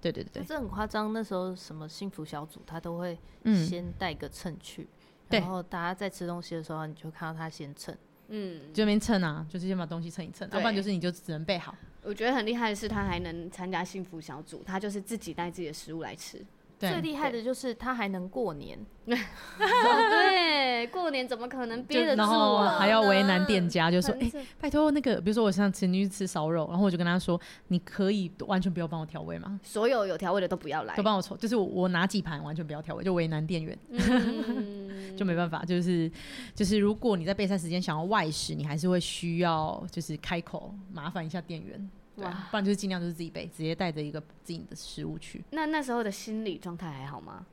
Speaker 3: 对 对对对，
Speaker 1: 这很夸张。那时候什么幸福小组，他都会
Speaker 3: 嗯
Speaker 1: 先带个秤去，
Speaker 3: 对
Speaker 1: 然后大家在吃东西的时候，你就看到他先称。
Speaker 2: 嗯，
Speaker 3: 就那边称啊，就是先把东西称一称，要不然
Speaker 2: 对
Speaker 3: 就是你就只能备好。
Speaker 2: 我觉得很厉害的是，他还能参加幸福小组，他就是自己带自己的食物来吃。
Speaker 1: 最
Speaker 3: 对，
Speaker 1: 厉害的就是他还能过年，
Speaker 2: 哦对，过年怎么可能
Speaker 3: 就
Speaker 2: 憋得住
Speaker 3: 然后
Speaker 2: 啊？
Speaker 3: 还要为难店家，就说哎、
Speaker 2: 很扯
Speaker 3: 拜托那个，比如说我上次去吃烧肉，然后我就跟他说，你可以完全不要帮我调味吗？
Speaker 2: 所有有调味的都不要来
Speaker 3: 都，帮我抽，就是我我拿几盘完全不要调味，就为难店员。
Speaker 2: 嗯
Speaker 3: 就没办法，就是就是，如果你在备赛时间想要外食，你还是会需要就是开口麻烦一下店员，对啊，不然就是尽量就是自己备，直接带着一个自己的食物去。
Speaker 2: 那那时候的心理状态还好吗？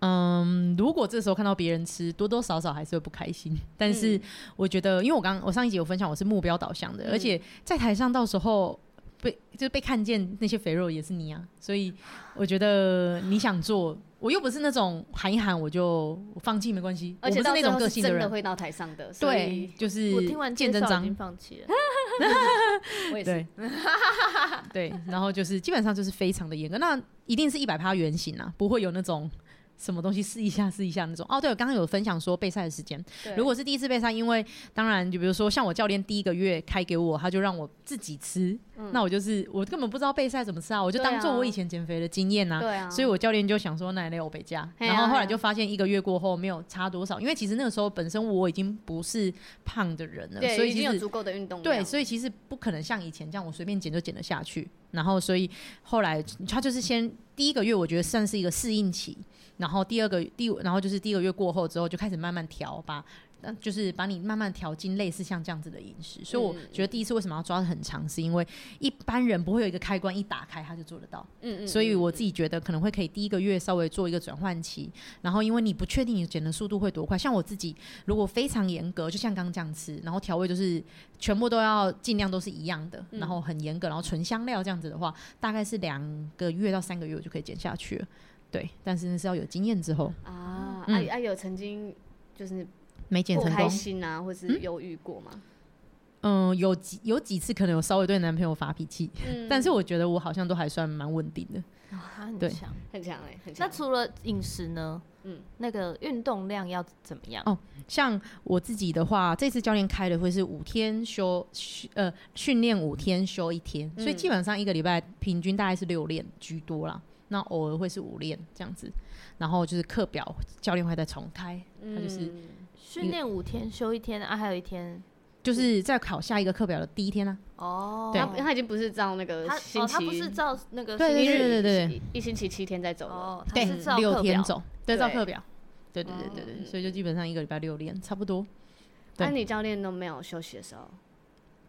Speaker 3: 嗯，如果这时候看到别人吃，多多少少还是会不开心。但是我觉得，因为我刚我上一集有分享，我是目标导向的，
Speaker 2: 嗯
Speaker 3: 而且在台上到时候被就是被看见那些肥肉也是你啊，所以我觉得你想做，我又不是那种喊一喊我就我放弃没关系，
Speaker 2: 而且
Speaker 3: 我不
Speaker 2: 到最
Speaker 3: 是那种
Speaker 2: 后
Speaker 3: 个
Speaker 2: 是
Speaker 3: 性
Speaker 2: 真
Speaker 3: 人
Speaker 2: 的，会到台上的，所
Speaker 3: 对
Speaker 2: 以，
Speaker 3: 就是
Speaker 1: 我听完介
Speaker 3: 见真
Speaker 1: 绍已经
Speaker 3: 章，
Speaker 1: 放 弃了。
Speaker 2: 我也是
Speaker 3: 对， 对，然后就是基本上就是非常的严格，那一定是一百趴原型啊，不会有那种什么东西试一下试一下那种。哦，对，我刚刚有分享说备赛的时间，
Speaker 2: 对
Speaker 3: 如果是第一次备赛，因为当然就比如说像我教练第一个月开给我，他就让我自己吃，那我就是我根本不知道备赛怎么吃啊，我就
Speaker 2: 嗯对
Speaker 3: 当做
Speaker 2: 啊
Speaker 3: 我以前减肥的经验啊，
Speaker 2: 对啊，
Speaker 3: 所以我教练就想说奶奶我北加，
Speaker 2: 嘿啊
Speaker 3: 然后后
Speaker 2: 嘿啊
Speaker 3: 来就发现一个月过后没有差多少，因为其实那个时候本身我已经不是胖的人了，
Speaker 2: 对
Speaker 3: 呃所以
Speaker 2: 已
Speaker 3: 其
Speaker 2: 经有
Speaker 3: 实
Speaker 2: 足够的运动量
Speaker 3: 对，所以其实不可能像以前这样我随便减就减得下去。然后所以后来他就是先第一个月我觉得算是一个适应期，然后第二个第然后就是第一个月过后之后就开始慢慢调吧。那就是把你慢慢调进类似像这样子的饮食，所以
Speaker 2: 嗯
Speaker 3: 我觉得第一次为什么要抓的很长，是因为一般人不会有一个开关一打开他就做得到，
Speaker 2: 嗯嗯，
Speaker 3: 所以
Speaker 2: 嗯
Speaker 3: 我自己觉得可能会可以第一个月稍微做一个转换期，然后因为你不确定你减的速度会多快，像我自己如果非常严格，就像刚刚这样吃，然后调味就是全部都要尽量都是一样
Speaker 2: 嗯
Speaker 3: 的，然后很严格，然后纯香料这样子的话，大概是两个月到三个月我就可以减下去了。对，但是那是要有经验之后
Speaker 2: 啊，啊
Speaker 3: 嗯
Speaker 2: 啊有曾经就是
Speaker 3: 没减
Speaker 2: 不
Speaker 3: 成
Speaker 2: 开
Speaker 3: 功，
Speaker 2: 心啊，或是忧郁过吗？
Speaker 3: 嗯，有几有几次可能有稍微对男朋友发脾气，
Speaker 2: 嗯
Speaker 3: 但是我觉得我好像都还算蛮稳定的。
Speaker 1: 啊他很
Speaker 3: 对
Speaker 1: 强。
Speaker 2: 很强哎，很强
Speaker 1: 那。除了饮食呢？
Speaker 2: 嗯
Speaker 1: 嗯，那个运动量要怎么样？
Speaker 3: 哦像我自己的话，这次教练开的会是五天休，训呃，训练五天休一天，所以基本上一个礼拜平均大概是六练居多啦。那偶尔会是五练这样子，然后就是课表教练会再重开，他就是、
Speaker 2: 嗯
Speaker 1: 训练五天，休一天啊，还有一天
Speaker 3: 就是在考下一个课表的第一天啊。
Speaker 1: 哦。
Speaker 3: 对
Speaker 2: 他不他已经不是照那个
Speaker 1: 他
Speaker 2: 星
Speaker 1: 哦，他不是
Speaker 2: 期
Speaker 1: 照那个
Speaker 3: 对
Speaker 1: 星期
Speaker 3: 对对对对
Speaker 2: 一一星期七天在走啊了，
Speaker 1: 哦，他
Speaker 3: 对
Speaker 1: 是照，
Speaker 3: 六
Speaker 1: 课
Speaker 3: 天
Speaker 1: 表
Speaker 3: 走，对，照
Speaker 2: 对
Speaker 3: 课表，对对对对对，所以就基本上一个礼拜六练差不多。对
Speaker 2: 那你教练都没有休息的时候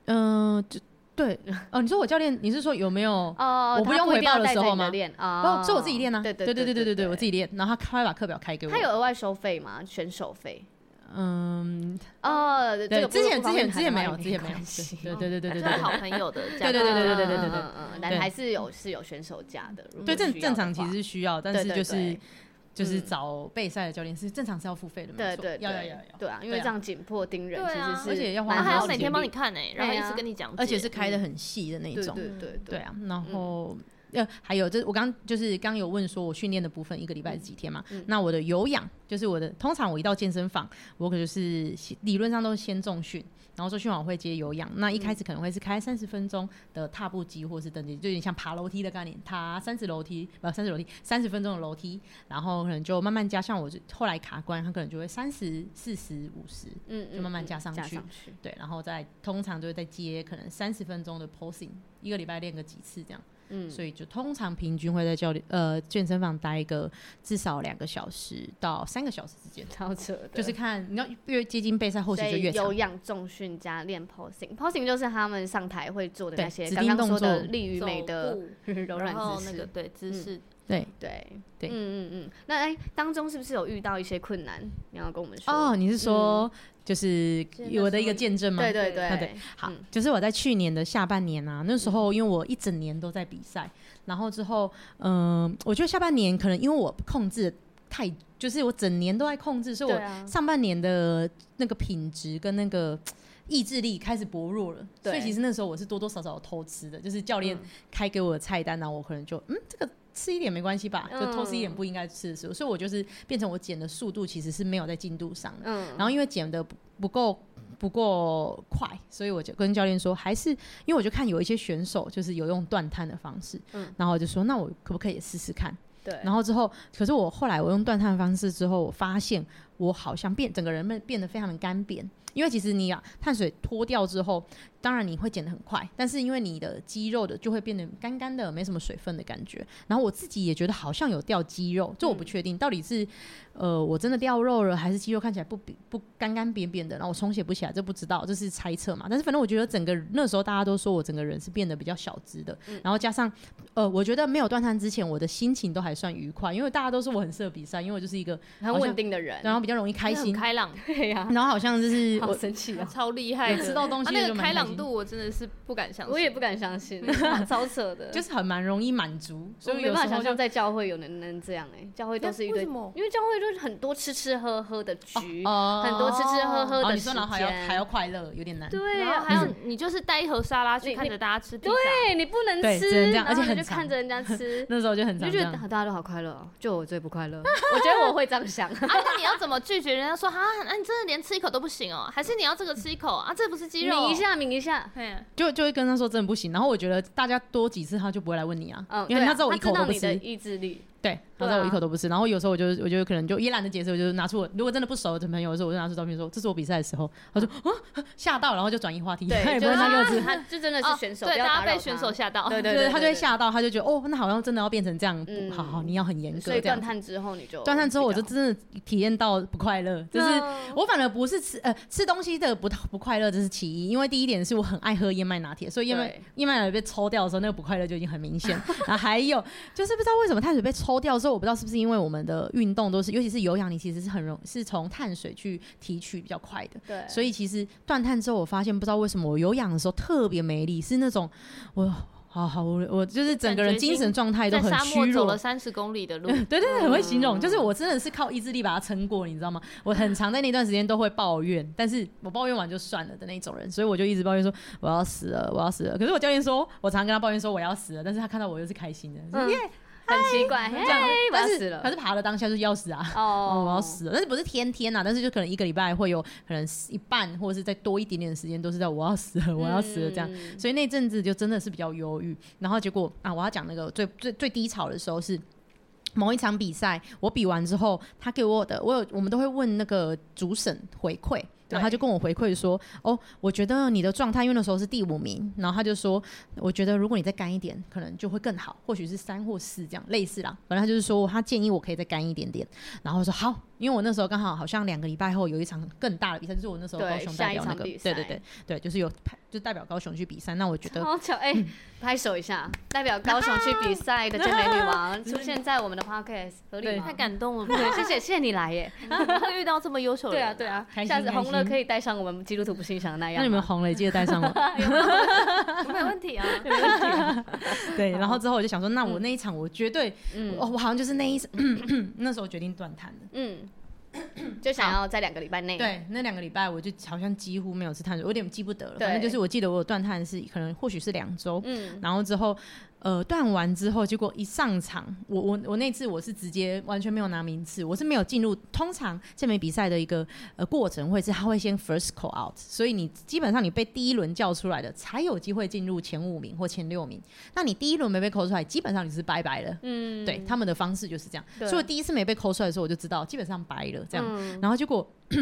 Speaker 3: 嗯、就对，哦，你说我教练，你是说有没有？
Speaker 2: 哦
Speaker 3: 我不用回报的时候吗
Speaker 2: 练啊
Speaker 3: 哦，，是我自己练啊，
Speaker 2: 对对
Speaker 3: 对对
Speaker 2: 对
Speaker 3: 对对，我自
Speaker 2: 己。
Speaker 3: 己练，然后他他会把课表开给我。
Speaker 2: 他有额外收费吗？选手费？
Speaker 3: 嗯，
Speaker 2: 哦，这
Speaker 3: 对
Speaker 2: 个，不
Speaker 3: 之前
Speaker 2: 不方
Speaker 3: 之
Speaker 2: 便谈
Speaker 3: 前之前
Speaker 2: 的话
Speaker 3: 没有，
Speaker 2: 也
Speaker 3: 之前没有，
Speaker 2: 关系
Speaker 3: 对对对对对对
Speaker 1: 就是好
Speaker 3: 对。
Speaker 1: 朋友的价
Speaker 3: 对
Speaker 1: 格，
Speaker 3: 对对对对对
Speaker 1: 啊
Speaker 3: 对对
Speaker 2: 嗯嗯嗯，但
Speaker 3: 对
Speaker 2: 还是有是有选手价的。如果
Speaker 3: 对正
Speaker 2: 需要
Speaker 3: 正
Speaker 2: 的
Speaker 3: 常其
Speaker 2: 话
Speaker 3: 实是需要，但是
Speaker 2: 对
Speaker 3: 就
Speaker 2: 对
Speaker 3: 是
Speaker 2: 对
Speaker 3: 就是
Speaker 2: 嗯
Speaker 3: 找备赛的教练是正常是要付费的，没
Speaker 2: 对
Speaker 3: 错
Speaker 2: 对
Speaker 3: 要要
Speaker 2: 对
Speaker 3: 要要，
Speaker 2: 对啊，因为
Speaker 3: 对啊
Speaker 2: 这样紧迫盯人，
Speaker 1: 对
Speaker 2: 其
Speaker 1: 啊
Speaker 2: 实是
Speaker 3: 而且要花
Speaker 2: 蛮
Speaker 1: 然后
Speaker 3: 很
Speaker 1: 还有每
Speaker 2: 耗
Speaker 3: 多
Speaker 2: 体
Speaker 1: 天帮
Speaker 2: 力
Speaker 1: 你看呢，然后一直跟你讲解，嗯
Speaker 3: 而且是开的很细的那一
Speaker 2: 嗯对
Speaker 3: 种，
Speaker 2: 对对
Speaker 3: 对
Speaker 2: 对
Speaker 3: 啊，然后呃，还有就是我刚就是刚有问说我训练的部分一个礼拜是几天嘛？那我的有氧就是我的，通常我一到健身房，我可就是先理论上都是先重训，然后说训完我会接有氧。那一开始可能会是开三十分钟的踏步机或是登机，就有点像爬楼梯的概念，爬三十楼梯不三十楼梯三十分钟的楼梯，然后可能就慢慢加。像我就后来卡关，他可能就会三十四十五十，
Speaker 2: 嗯
Speaker 3: 就慢慢加上
Speaker 2: 加
Speaker 3: 去
Speaker 2: 上去。
Speaker 3: 对，然后再通常就会再接可能三十分钟的 posing，一个礼拜练个几次这样。
Speaker 2: 嗯，
Speaker 3: 所以就通常平均会在教练呃健身房待一个至少两个小时到三个小时之间，
Speaker 2: 超扯的，
Speaker 3: 就是看你要越接近备赛后期
Speaker 2: 所
Speaker 3: 就
Speaker 2: 以
Speaker 3: 越
Speaker 2: 有
Speaker 3: 长。
Speaker 2: 氧重训加练 posing，posing 就是他们上台会做的
Speaker 3: 对
Speaker 2: 那些
Speaker 3: 指
Speaker 2: 刚
Speaker 3: 定
Speaker 2: 刚说
Speaker 3: 动作
Speaker 2: 的力与
Speaker 1: 走
Speaker 2: 美的
Speaker 1: 步
Speaker 2: 柔
Speaker 1: 然
Speaker 2: 软
Speaker 1: 后
Speaker 2: 姿
Speaker 1: 那
Speaker 2: 势。
Speaker 1: 个对姿
Speaker 2: 嗯
Speaker 1: 势
Speaker 3: 对
Speaker 2: 对
Speaker 3: 对
Speaker 2: 嗯嗯嗯。那哎、当中是不是有遇到一些困难？你要跟我们说。嗯
Speaker 3: 哦，，你是说、就是
Speaker 1: 就是那
Speaker 3: 我的一
Speaker 1: 时候
Speaker 3: 个见证吗？
Speaker 2: 对对
Speaker 1: 对
Speaker 3: 啊
Speaker 2: 对
Speaker 3: 对，好
Speaker 2: 嗯，
Speaker 3: 就是我在去年的下半年啊，那时候因为我一整年都在比赛，然后之后，嗯、我觉得下半年可能因为我控制得太，就是我整年都在控制，所以
Speaker 2: 对
Speaker 3: 我
Speaker 2: 啊，
Speaker 3: 上半年的那个品质跟那个意志力开始薄弱了，
Speaker 2: 对
Speaker 3: 所以其实那时候我是多多少少有偷吃的，就是教练
Speaker 2: 嗯
Speaker 3: 开给我的菜单呢、然后我可能就嗯这个。吃一点没关系吧，
Speaker 2: 嗯
Speaker 3: 就偷吃一点不应该吃的食物，所以我就是变成我减的速度其实是没有在进度上的，
Speaker 2: 嗯，
Speaker 3: 然后因为减的不不够不够快，所以我就跟教练说，还是因为我就看有一些选手就是有用断碳的方式，
Speaker 2: 嗯
Speaker 3: 然后我就说那我可不可以也试试看？
Speaker 2: 对，
Speaker 3: 然后之后，可是我后来我用断碳方式之后，我发现我好像变整个人变变得非常的干瘪，因为其实你啊碳水脱掉之后，当然你会减得很快，但是因为你的肌肉的就会变得干干的，没什么水分的感觉。然后我自己也觉得好像有掉肌肉，这我不确定、到底是呃我真的掉肉了，还是肌肉看起来不比不干干扁扁的，然后我充血不起来，这不知道，这是猜测嘛。但是反正我觉得整个那时候大家都说我整个人是变得比较小只的，然后加上呃，我觉得没有断碳之前，我的心情都还算愉快，因为大家都说我很适合比赛，因为我就是一个
Speaker 2: 很
Speaker 3: 好像
Speaker 2: 稳定的人，
Speaker 3: 然后比较容易开
Speaker 1: 很
Speaker 3: 心，
Speaker 1: 开朗，
Speaker 2: 对呀、
Speaker 3: 然后好像就是
Speaker 2: 好
Speaker 3: 我
Speaker 2: 神奇 啊！
Speaker 1: 超厉害的。
Speaker 3: 吃到东西
Speaker 1: 啊那
Speaker 3: 就
Speaker 1: 个
Speaker 3: 蛮
Speaker 1: 开
Speaker 3: 开
Speaker 1: 朗
Speaker 3: 心
Speaker 1: 度，我真的是不敢相信，
Speaker 2: 我也不敢相信， 超扯的，
Speaker 3: 哦就是很蛮容易满足，
Speaker 2: 我
Speaker 3: 所以
Speaker 2: 没
Speaker 3: 有
Speaker 2: 办法
Speaker 3: 时
Speaker 2: 想
Speaker 3: 候就
Speaker 2: 象在教会有能能这样哎、教会都是一
Speaker 1: 为
Speaker 2: 堆
Speaker 1: 什，么？
Speaker 2: 因为教会就是很多吃吃喝喝的局，
Speaker 3: 哦
Speaker 2: 很多吃吃喝喝
Speaker 3: 哦
Speaker 2: 的
Speaker 3: 你
Speaker 2: 时
Speaker 3: 说
Speaker 2: 间，
Speaker 3: 然后还要还要快乐，有点难。
Speaker 2: 对
Speaker 1: 然
Speaker 2: 呀、
Speaker 1: 后还有
Speaker 2: 嗯
Speaker 1: 你就是带一盒沙拉
Speaker 2: 你
Speaker 1: 去看
Speaker 2: 你
Speaker 1: 着大家吃披萨，
Speaker 2: 对哎你不能
Speaker 3: 对
Speaker 2: 吃，
Speaker 3: 只能这样
Speaker 2: 然后
Speaker 3: 而且
Speaker 2: 你
Speaker 3: 很
Speaker 2: 就看
Speaker 3: 长，
Speaker 2: 着人家吃
Speaker 3: 那时候就很
Speaker 2: 你
Speaker 3: 常
Speaker 2: 就
Speaker 3: 这
Speaker 2: 觉得
Speaker 3: 样。
Speaker 2: 大家都好快乐哦，就我最不快乐。我觉得我会这样 想，
Speaker 1: 啊，那你要怎么拒绝人家说啊？那你真的连吃一口都不行哦？还是你要这个吃一口啊？这不是鸡肉？
Speaker 2: 抿一，下，抿一下。
Speaker 1: 嘿，
Speaker 3: 就就会跟他说真的不行，然后我觉得大家多几次他就不会来问你啊，
Speaker 2: 嗯，
Speaker 3: 因为
Speaker 2: 对啊
Speaker 3: 他知道我一口
Speaker 2: 他知道
Speaker 3: 都不
Speaker 2: 你的
Speaker 3: 吃，
Speaker 2: 意志 力，
Speaker 3: 对，他
Speaker 2: 对
Speaker 3: 知道
Speaker 2: 啊
Speaker 3: 我一口都不吃。然后有时候我就我就可能就也懒得解释，我就拿出我如果真的不熟的朋友的时候，我就拿出照片说这是我比赛的时候，他说啊吓到，然后就转移话题，他
Speaker 2: 对，
Speaker 3: 也
Speaker 2: 就
Speaker 3: 不会
Speaker 2: 是
Speaker 3: 太幼稚，
Speaker 2: 他就真的是选手，
Speaker 1: 哦
Speaker 2: 不
Speaker 1: 对，
Speaker 2: 要
Speaker 1: 大
Speaker 2: 打
Speaker 1: 家
Speaker 2: 扰
Speaker 1: 被选手吓到。
Speaker 2: 对对
Speaker 3: 对
Speaker 2: 对，
Speaker 3: 他 就会
Speaker 2: 对。
Speaker 3: 吓到，他就觉得哦，那好像真的要变成这样，不
Speaker 2: 嗯
Speaker 3: 好好，你要很严格
Speaker 2: 所以
Speaker 3: 这样
Speaker 2: 断。碳之后你就
Speaker 3: 断碳之后，我
Speaker 2: 比
Speaker 3: 就
Speaker 2: 较
Speaker 3: 真的体验到不快乐，就是
Speaker 2: 啊
Speaker 3: 我反而不是吃呃吃东西的不不快乐，这是其一。因为第一点是我很爱喝燕麦拿铁，所以燕麦
Speaker 2: 对
Speaker 3: 燕麦拿铁被抽掉的时候，那个不快乐就已经很明显。然后还有就是不知道为什么碳水被抽掉之后，我不知道是不是因为我们的运动都是，尤其是有氧，你其实是很容是从碳水去提取比较快的。
Speaker 2: 对，
Speaker 3: 所以其实断碳之后，我发现不知道为什么我有氧的时候特别没力，是那种我好好我我就是整个人精神状态都
Speaker 1: 在
Speaker 3: 很
Speaker 1: 沙漠
Speaker 3: 虚
Speaker 1: 走
Speaker 3: 弱
Speaker 1: 了。三十公里的路，
Speaker 3: 对对对，很会形容，嗯就是我真的是靠意志力把它撑过，你知道吗？我很常在那段时间都会抱怨，但是我抱怨完就算了的那种人，所以我就一直抱怨说我要死了，我要死了。可是我教练说，我常跟他抱怨说我要死了，但是他看到我又是开心 的，
Speaker 2: 嗯
Speaker 3: 说耶，
Speaker 2: 很奇怪，嘿
Speaker 3: 这样，
Speaker 2: 我要
Speaker 3: 但
Speaker 2: 死
Speaker 3: 是可
Speaker 2: 了，
Speaker 3: 是爬了当下就是要死啊，哦，我要
Speaker 2: 哦，
Speaker 3: 死了！但是不是天天呐、啊？但是就可能一个礼拜会有可能一半，或者是再多一点点的时间，都是在我要死了，我要死了这样。
Speaker 2: 嗯
Speaker 3: 所以那阵子就真的是比较忧郁。然后结果啊，我要讲那个最最最低潮的时候是。某一场比赛，我比完之后，他给我的，我有我们都会问那个主审回馈，然后他就跟我回馈说，哦，我觉得你的状态，因为那时候是第五名，然后他就说，哦我觉得如果你再干一点，可能就会更好，或许是三或四这样，类似啦。反正他就是说，他建议我可以再干一点点，然后我说好，因为我那时候刚好好像两个礼拜后有一场更大的比赛，就是我那时候
Speaker 2: 对
Speaker 3: 高雄
Speaker 2: 下
Speaker 3: 代
Speaker 2: 一
Speaker 3: 表那
Speaker 2: 场
Speaker 3: 个，
Speaker 2: 比
Speaker 3: 对
Speaker 2: 赛
Speaker 3: 对对对，就是有派就代表高雄去比赛，那我觉得
Speaker 2: 好巧哎、
Speaker 3: 嗯
Speaker 2: 拍手一下，代 表高雄去比赛的健美女王出现在我们的 podcast，合理
Speaker 3: 对
Speaker 2: 吗
Speaker 1: 太？感动了吧？
Speaker 2: 对，谢谢谢谢你来 耶！
Speaker 1: 怎么会遇到这么优秀的
Speaker 2: 对
Speaker 1: 人
Speaker 2: 啊 对，啊，
Speaker 3: 开心
Speaker 2: 下次红
Speaker 3: 开
Speaker 2: 了
Speaker 3: 心
Speaker 2: 可以带上我们基督徒不信仰那样吗。啊
Speaker 3: 那你们红了，也记得 带上我。
Speaker 1: 没问题 啊。
Speaker 3: 对，然后之后我就想说，那我那一场我绝对，
Speaker 2: 嗯
Speaker 3: 哦，我好像就是那一 那时候决定断碳的。
Speaker 2: 嗯，就想要在两个礼拜内。
Speaker 3: 对，那两个礼拜我就好像几乎没有吃碳水，我有点记不得了。
Speaker 2: 对
Speaker 3: 反正就是我记得我有断碳是可能或许是两周，
Speaker 2: 嗯，
Speaker 3: 然后之后呃断完之后，结果一上场，我我我那次我是直接完全没有拿名次，我是没有进入。通常健美比赛的一个呃过程会是他会先 first call out，所以你基本上你被第一轮叫出来的才有机会进入前五名或前六名。那你第一轮没被扣出来，基本上你是拜拜了。
Speaker 2: 嗯，
Speaker 3: 对，他们的方式就是这样。
Speaker 2: 对
Speaker 3: 所以我第一次没被抠出来的时候，我就知道基本上白了这样。
Speaker 2: 嗯
Speaker 3: 然后结果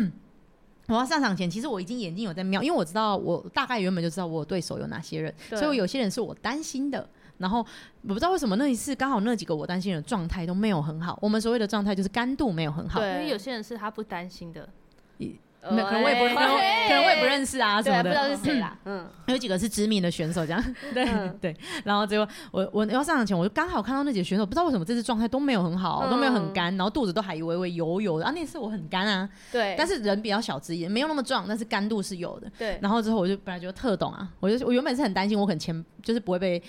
Speaker 3: 我要上场前，其实我已经眼睛有在瞄，因为我知道我大概原本就知道我对手有哪些人，
Speaker 2: 对
Speaker 3: 所以我有些人是我担心的。然后我不知道为什么那一次刚好那几个我担心的状态都没有很好，我们所谓的状态就是干度没有很好，
Speaker 2: 对
Speaker 1: 因为有些人是他不担心的，
Speaker 3: 那可能我也不认，可能我可能我也不认识啊什
Speaker 2: 哎对，不
Speaker 3: 么的，
Speaker 2: 知道是谁啦，嗯，
Speaker 3: 有几个是知名的选手，这 样 对、
Speaker 2: 嗯
Speaker 3: 对，然后结果我我要上场前，我就刚好看到那几个选手，不知道为什么这次状态都没有很好，
Speaker 2: 嗯
Speaker 3: 都没有很干，然后肚子都还微微油油的啊。那次我很干啊，
Speaker 2: 对，
Speaker 3: 但
Speaker 2: 是
Speaker 3: 是人比较小只一点，没有那么壮，但是干度是有的。
Speaker 2: 对，
Speaker 3: 然后之后我就本来就特懂啊，我就我原本是很担心我可能前就是不会被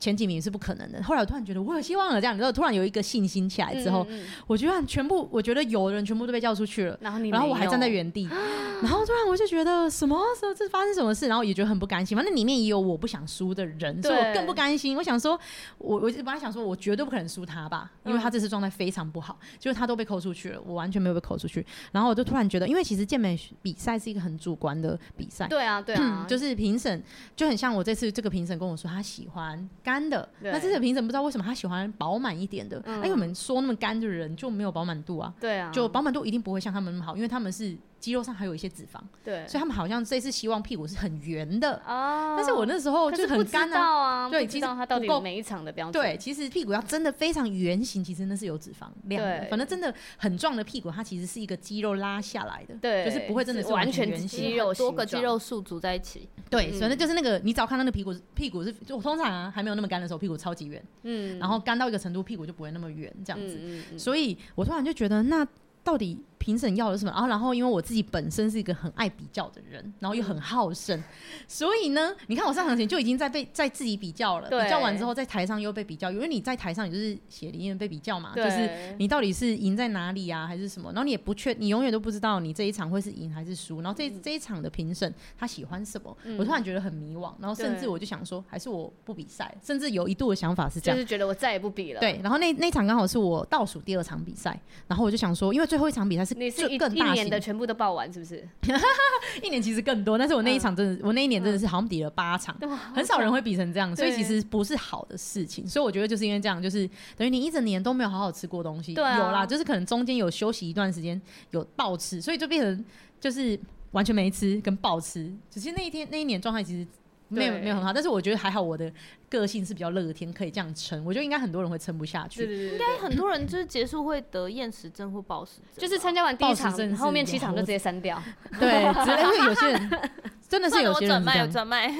Speaker 3: 前几名是不可能的，后来我突然觉得我有希望了，这样，然后突然有一个信心起来之后，
Speaker 2: 嗯，嗯嗯
Speaker 3: 我居然全部我觉得有的人全部都被叫出去了。
Speaker 2: 然后你，
Speaker 3: 然后我还站在，原地， 然后突然我就觉得什么什么这发生什么事，然后也觉得很不甘心。反正里面也有我不想输的人，所以
Speaker 2: 对
Speaker 3: 我更不甘心。我想说，我我就本来想说，我绝对不可能输他吧，因为
Speaker 2: 嗯
Speaker 3: 他这次状态非常不好，就是他都被扣出去了，我完全没有被扣出去。然后我就突然觉得，因为其实健美比赛是一个很主观的比赛。
Speaker 2: 对啊，对啊，
Speaker 3: 就是是评审就很像我这次这个评审跟我说他喜欢干的，
Speaker 2: 对
Speaker 3: 那这次评审不知道为什么他喜欢饱满一点的，
Speaker 2: 嗯
Speaker 3: 因为我们说那么干的人就没有饱满度啊，
Speaker 2: 对啊，
Speaker 3: 就饱满度一定不会像他们那么好，因为他们是肌肉上还有一些脂肪，
Speaker 2: 对
Speaker 3: 所以他们好像这次希望屁股是很圆的。
Speaker 2: 啊，
Speaker 3: 但是我那时候
Speaker 2: 可是
Speaker 3: 就
Speaker 2: 不
Speaker 3: 很
Speaker 2: 知
Speaker 3: 干啊，
Speaker 2: 道啊，
Speaker 3: 对
Speaker 2: 不
Speaker 3: 其
Speaker 2: 知
Speaker 3: 实
Speaker 2: 道他到底
Speaker 3: 不够
Speaker 2: 每一场的标准，
Speaker 3: 对，其实屁股要真的非常圆形，其实那是有脂肪量的
Speaker 2: 对。
Speaker 3: 反正真的很壮的屁股，它其实是一个肌肉拉下来的，
Speaker 2: 对
Speaker 3: 就是不会真的是
Speaker 2: 完全
Speaker 3: 圆
Speaker 2: 肌
Speaker 3: 形。
Speaker 2: 肉
Speaker 1: 很多
Speaker 2: 形
Speaker 1: 个肌
Speaker 2: 状
Speaker 1: 肉束组在一起，
Speaker 3: 对，
Speaker 2: 嗯
Speaker 3: 反正就是那个，你只要看到那个屁股，屁股是就我通常啊还没有那么干的时候，屁股超级圆，
Speaker 2: 嗯，嗯，
Speaker 3: 然后干到一个程度，屁股就不会那么圆这
Speaker 2: 这
Speaker 3: 样子。
Speaker 2: 嗯嗯
Speaker 3: 所以我突然就觉得，那到底评审要的是什么？啊然后，然后因为我自己本身是一个很爱比较的人，然后又很
Speaker 2: 嗯
Speaker 3: 好胜，所以呢，你看我上场前就已经在被在自己比较了，
Speaker 2: 对
Speaker 3: 比较完之后在台上又被比较，因为你在台上你就是血淋淋被比较嘛，啊就是
Speaker 2: 对
Speaker 3: 你到底是赢在哪里啊，还是什么？然后你也不确，你永远都不知道你这一场会是赢还是输。然后这、这一场的评审他喜欢什么，
Speaker 2: 嗯
Speaker 3: 我突然觉得很迷惘，然后甚
Speaker 2: 对
Speaker 3: 至我就想说，还是我不比赛，甚至有一度的想法是这
Speaker 2: 就
Speaker 3: 样
Speaker 2: 是。觉得我再也不比了，，
Speaker 3: 对，然后那那场刚好是我倒数第二场比赛，然后我就想说，因为最后一场比赛是
Speaker 2: 你是
Speaker 3: 最
Speaker 2: 一
Speaker 3: 更
Speaker 2: 一
Speaker 3: 大
Speaker 2: 年
Speaker 3: 型
Speaker 2: 的，全部都报完是不是？
Speaker 3: 一年其实更多，但是我那一场真的是，我那一年真的是好像比了八场，很少人会比成这样，所以
Speaker 2: 对
Speaker 3: 其实不是好的事情。所以我觉得就是因为这样，就是等于你一整年都没有好好吃过东西，
Speaker 2: 对啊
Speaker 3: 有啦，就是可能中间有休息一段时间有暴吃，所以就变成就是完全没吃跟暴吃，只是那一天那一年状态其实。没有
Speaker 2: 对
Speaker 3: 没有很好，但是我觉得还好，我的个性是比较乐天，可以这样撑。我觉得应该很多人会撑不下去
Speaker 2: 对，对对
Speaker 1: 应
Speaker 2: 对
Speaker 1: 该很多人就是结束会得厌食症或暴食症吧，
Speaker 2: 就是参加完第一
Speaker 3: 暴食
Speaker 2: 场
Speaker 3: 症，是
Speaker 2: 后面
Speaker 3: 有
Speaker 2: 七场就
Speaker 3: 猴
Speaker 2: 直接删掉。
Speaker 3: 对，只哎因为有些人真的是
Speaker 1: 算了
Speaker 3: 有
Speaker 1: 我
Speaker 3: 些
Speaker 1: 转
Speaker 3: 人是这
Speaker 1: 卖，我
Speaker 3: 样，
Speaker 1: 转卖，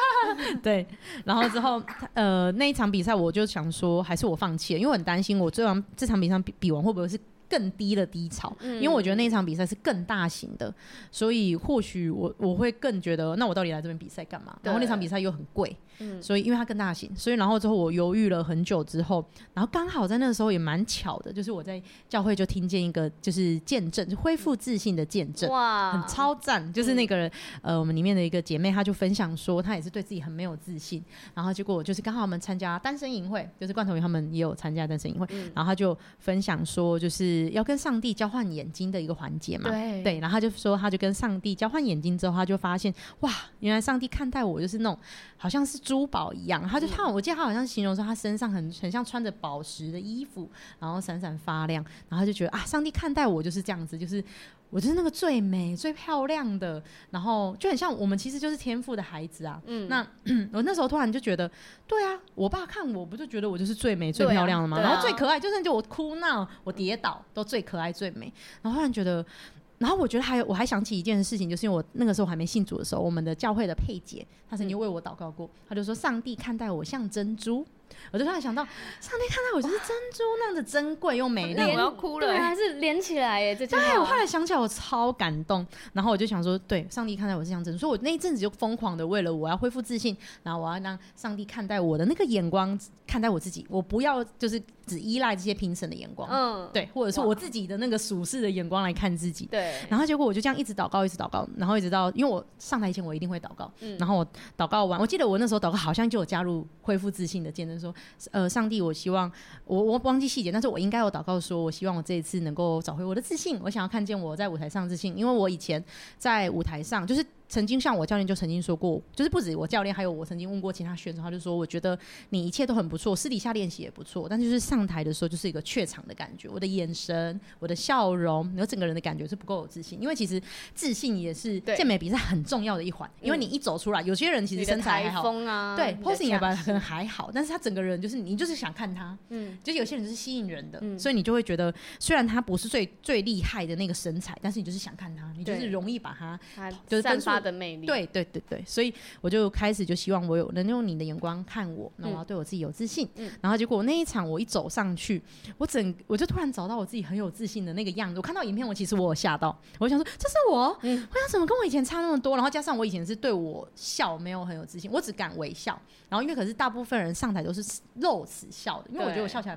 Speaker 3: 对。然后之后，呃，那一场比赛我就想说，还是我放弃了，因为我很担心我这场这场比赛比比完会不会是更低的低潮，
Speaker 2: 嗯
Speaker 3: 因为我觉得那一场比赛是更大型的，所以或许我我会更觉得，那我到底来这边比赛干嘛？然后那
Speaker 2: 对
Speaker 3: 场比赛又很贵，
Speaker 2: 嗯
Speaker 3: 所以因为它更大型，所以然后之后我犹豫了很久之后，然后刚好在那个时候也蛮巧的，就是我在教会就听见一个就是见证，就恢复自信的见证。
Speaker 2: 哇，
Speaker 3: 很超赞，就是那个人、呃，我们里面的一个姐妹，她就分享说，她也是对自己很没有自信，然后结果就是刚好我们参加单身营会，就是罐头鱼他们也有参加单身营会，
Speaker 2: 嗯
Speaker 3: 然后她就分享说，就是要跟上帝交换眼睛的一个环节嘛。
Speaker 2: 对
Speaker 3: 对，然后她就说，她就跟上帝交换眼睛之后，她就发现，哇，原来上帝看待我就是那种好像是珠宝一样。
Speaker 2: 嗯
Speaker 3: 她就她，我记得她好像形容说，她身上很很像穿着宝石的衣服，然后闪闪发亮，然后她就觉得啊，上帝看待我就是这样子，就是我就是那个最美、最漂亮的，然后就很像我们其实就是天赋的孩子啊。
Speaker 2: 嗯
Speaker 3: 那 我那时候突然就觉得，对啊，我爸看我不就觉得我就是最美、最
Speaker 2: 对啊
Speaker 3: 漂亮的吗？
Speaker 2: 对啊
Speaker 3: 然后最可爱，就算就我哭闹、我跌倒，都最可爱、最美。然后突然觉得。然后我觉得还有，我还想起一件事情，就是因为我那个时候还没信主的时候，我们的教会的佩姐，她曾经为我祷告
Speaker 2: 嗯
Speaker 3: 过，她就说：“上帝看待我像珍珠。”我就突然想到，上帝看待我就是珍珠那样的珍贵又美丽
Speaker 1: 那。我要哭了
Speaker 2: 对，
Speaker 1: 欸。
Speaker 2: 还是连起来耶，这句
Speaker 3: 哎对，我后
Speaker 2: 话。
Speaker 3: 来想起来，我超感动。然后我就想说，对，上帝看待我是这样子，所以我那一阵子就疯狂的为了我要恢复自信，然后我要让上帝看待我的那个眼光看待我自己，我不要就是只依赖这些评审的眼光，
Speaker 2: 嗯，
Speaker 3: 对，或者是我自己的那个属世的眼光来看自己。
Speaker 2: 对，
Speaker 3: 然后结果我就这样一直祷告，一直祷告，然后一直到因为我上台前我一定会祷告，
Speaker 2: 嗯
Speaker 3: 然后我祷告完，我记得我那时候祷告好像就有加入恢复自信的见证，问说，呃，上帝，我希望我我忘记细节，但是我应该有祷告说，我希望我这一次能够找回我的自信，我想要看见我在舞台上的自信，因为我以前在舞台上就是。曾经像我教练就曾经说过，就是不止我教练，还有我曾经问过其他选手，他就说我觉得你一切都很不错，私底下练习也不错，但就是上台的时候就是一个怯场的感觉，我的眼神、我的笑容，然后整个人的感觉是不够有自信，因为其实自信也是
Speaker 2: 对
Speaker 3: 健美比赛很重要的一环，因为你一走出来，有些人其实身材还
Speaker 2: 台
Speaker 3: 好。
Speaker 2: 风啊，
Speaker 3: 对
Speaker 2: 你的
Speaker 3: ，posing 也
Speaker 2: 架
Speaker 3: 吧，可能还好，但是他整个人就是你就是想看他，
Speaker 2: 嗯，
Speaker 3: 就是有些人就是吸引人的，
Speaker 2: 嗯
Speaker 3: 所以你就会觉得，虽然他不是最最厉害的那个身材，但是你就是想看他，你就
Speaker 2: 对
Speaker 3: 是容易把他
Speaker 2: 它
Speaker 3: 就是
Speaker 2: 散
Speaker 3: 分数
Speaker 2: 发的魅力，，
Speaker 3: 对对对对，所以我就开始就希望我有能用你的眼光看我，那我要对我自己有自信。
Speaker 2: 嗯
Speaker 3: 然后结果那一场我一走上去，我整我就突然找到我自己很有自信的那个样子。我看到影片，我其实我有吓到，我想说这是我，
Speaker 2: 嗯
Speaker 3: 我想怎么跟我以前差那么多？然后加上我以前是对我笑没有很有自信，我只敢微笑。然后因为可是大部分人上台都是露齿笑的，因为我觉得我
Speaker 2: 对
Speaker 3: 笑起来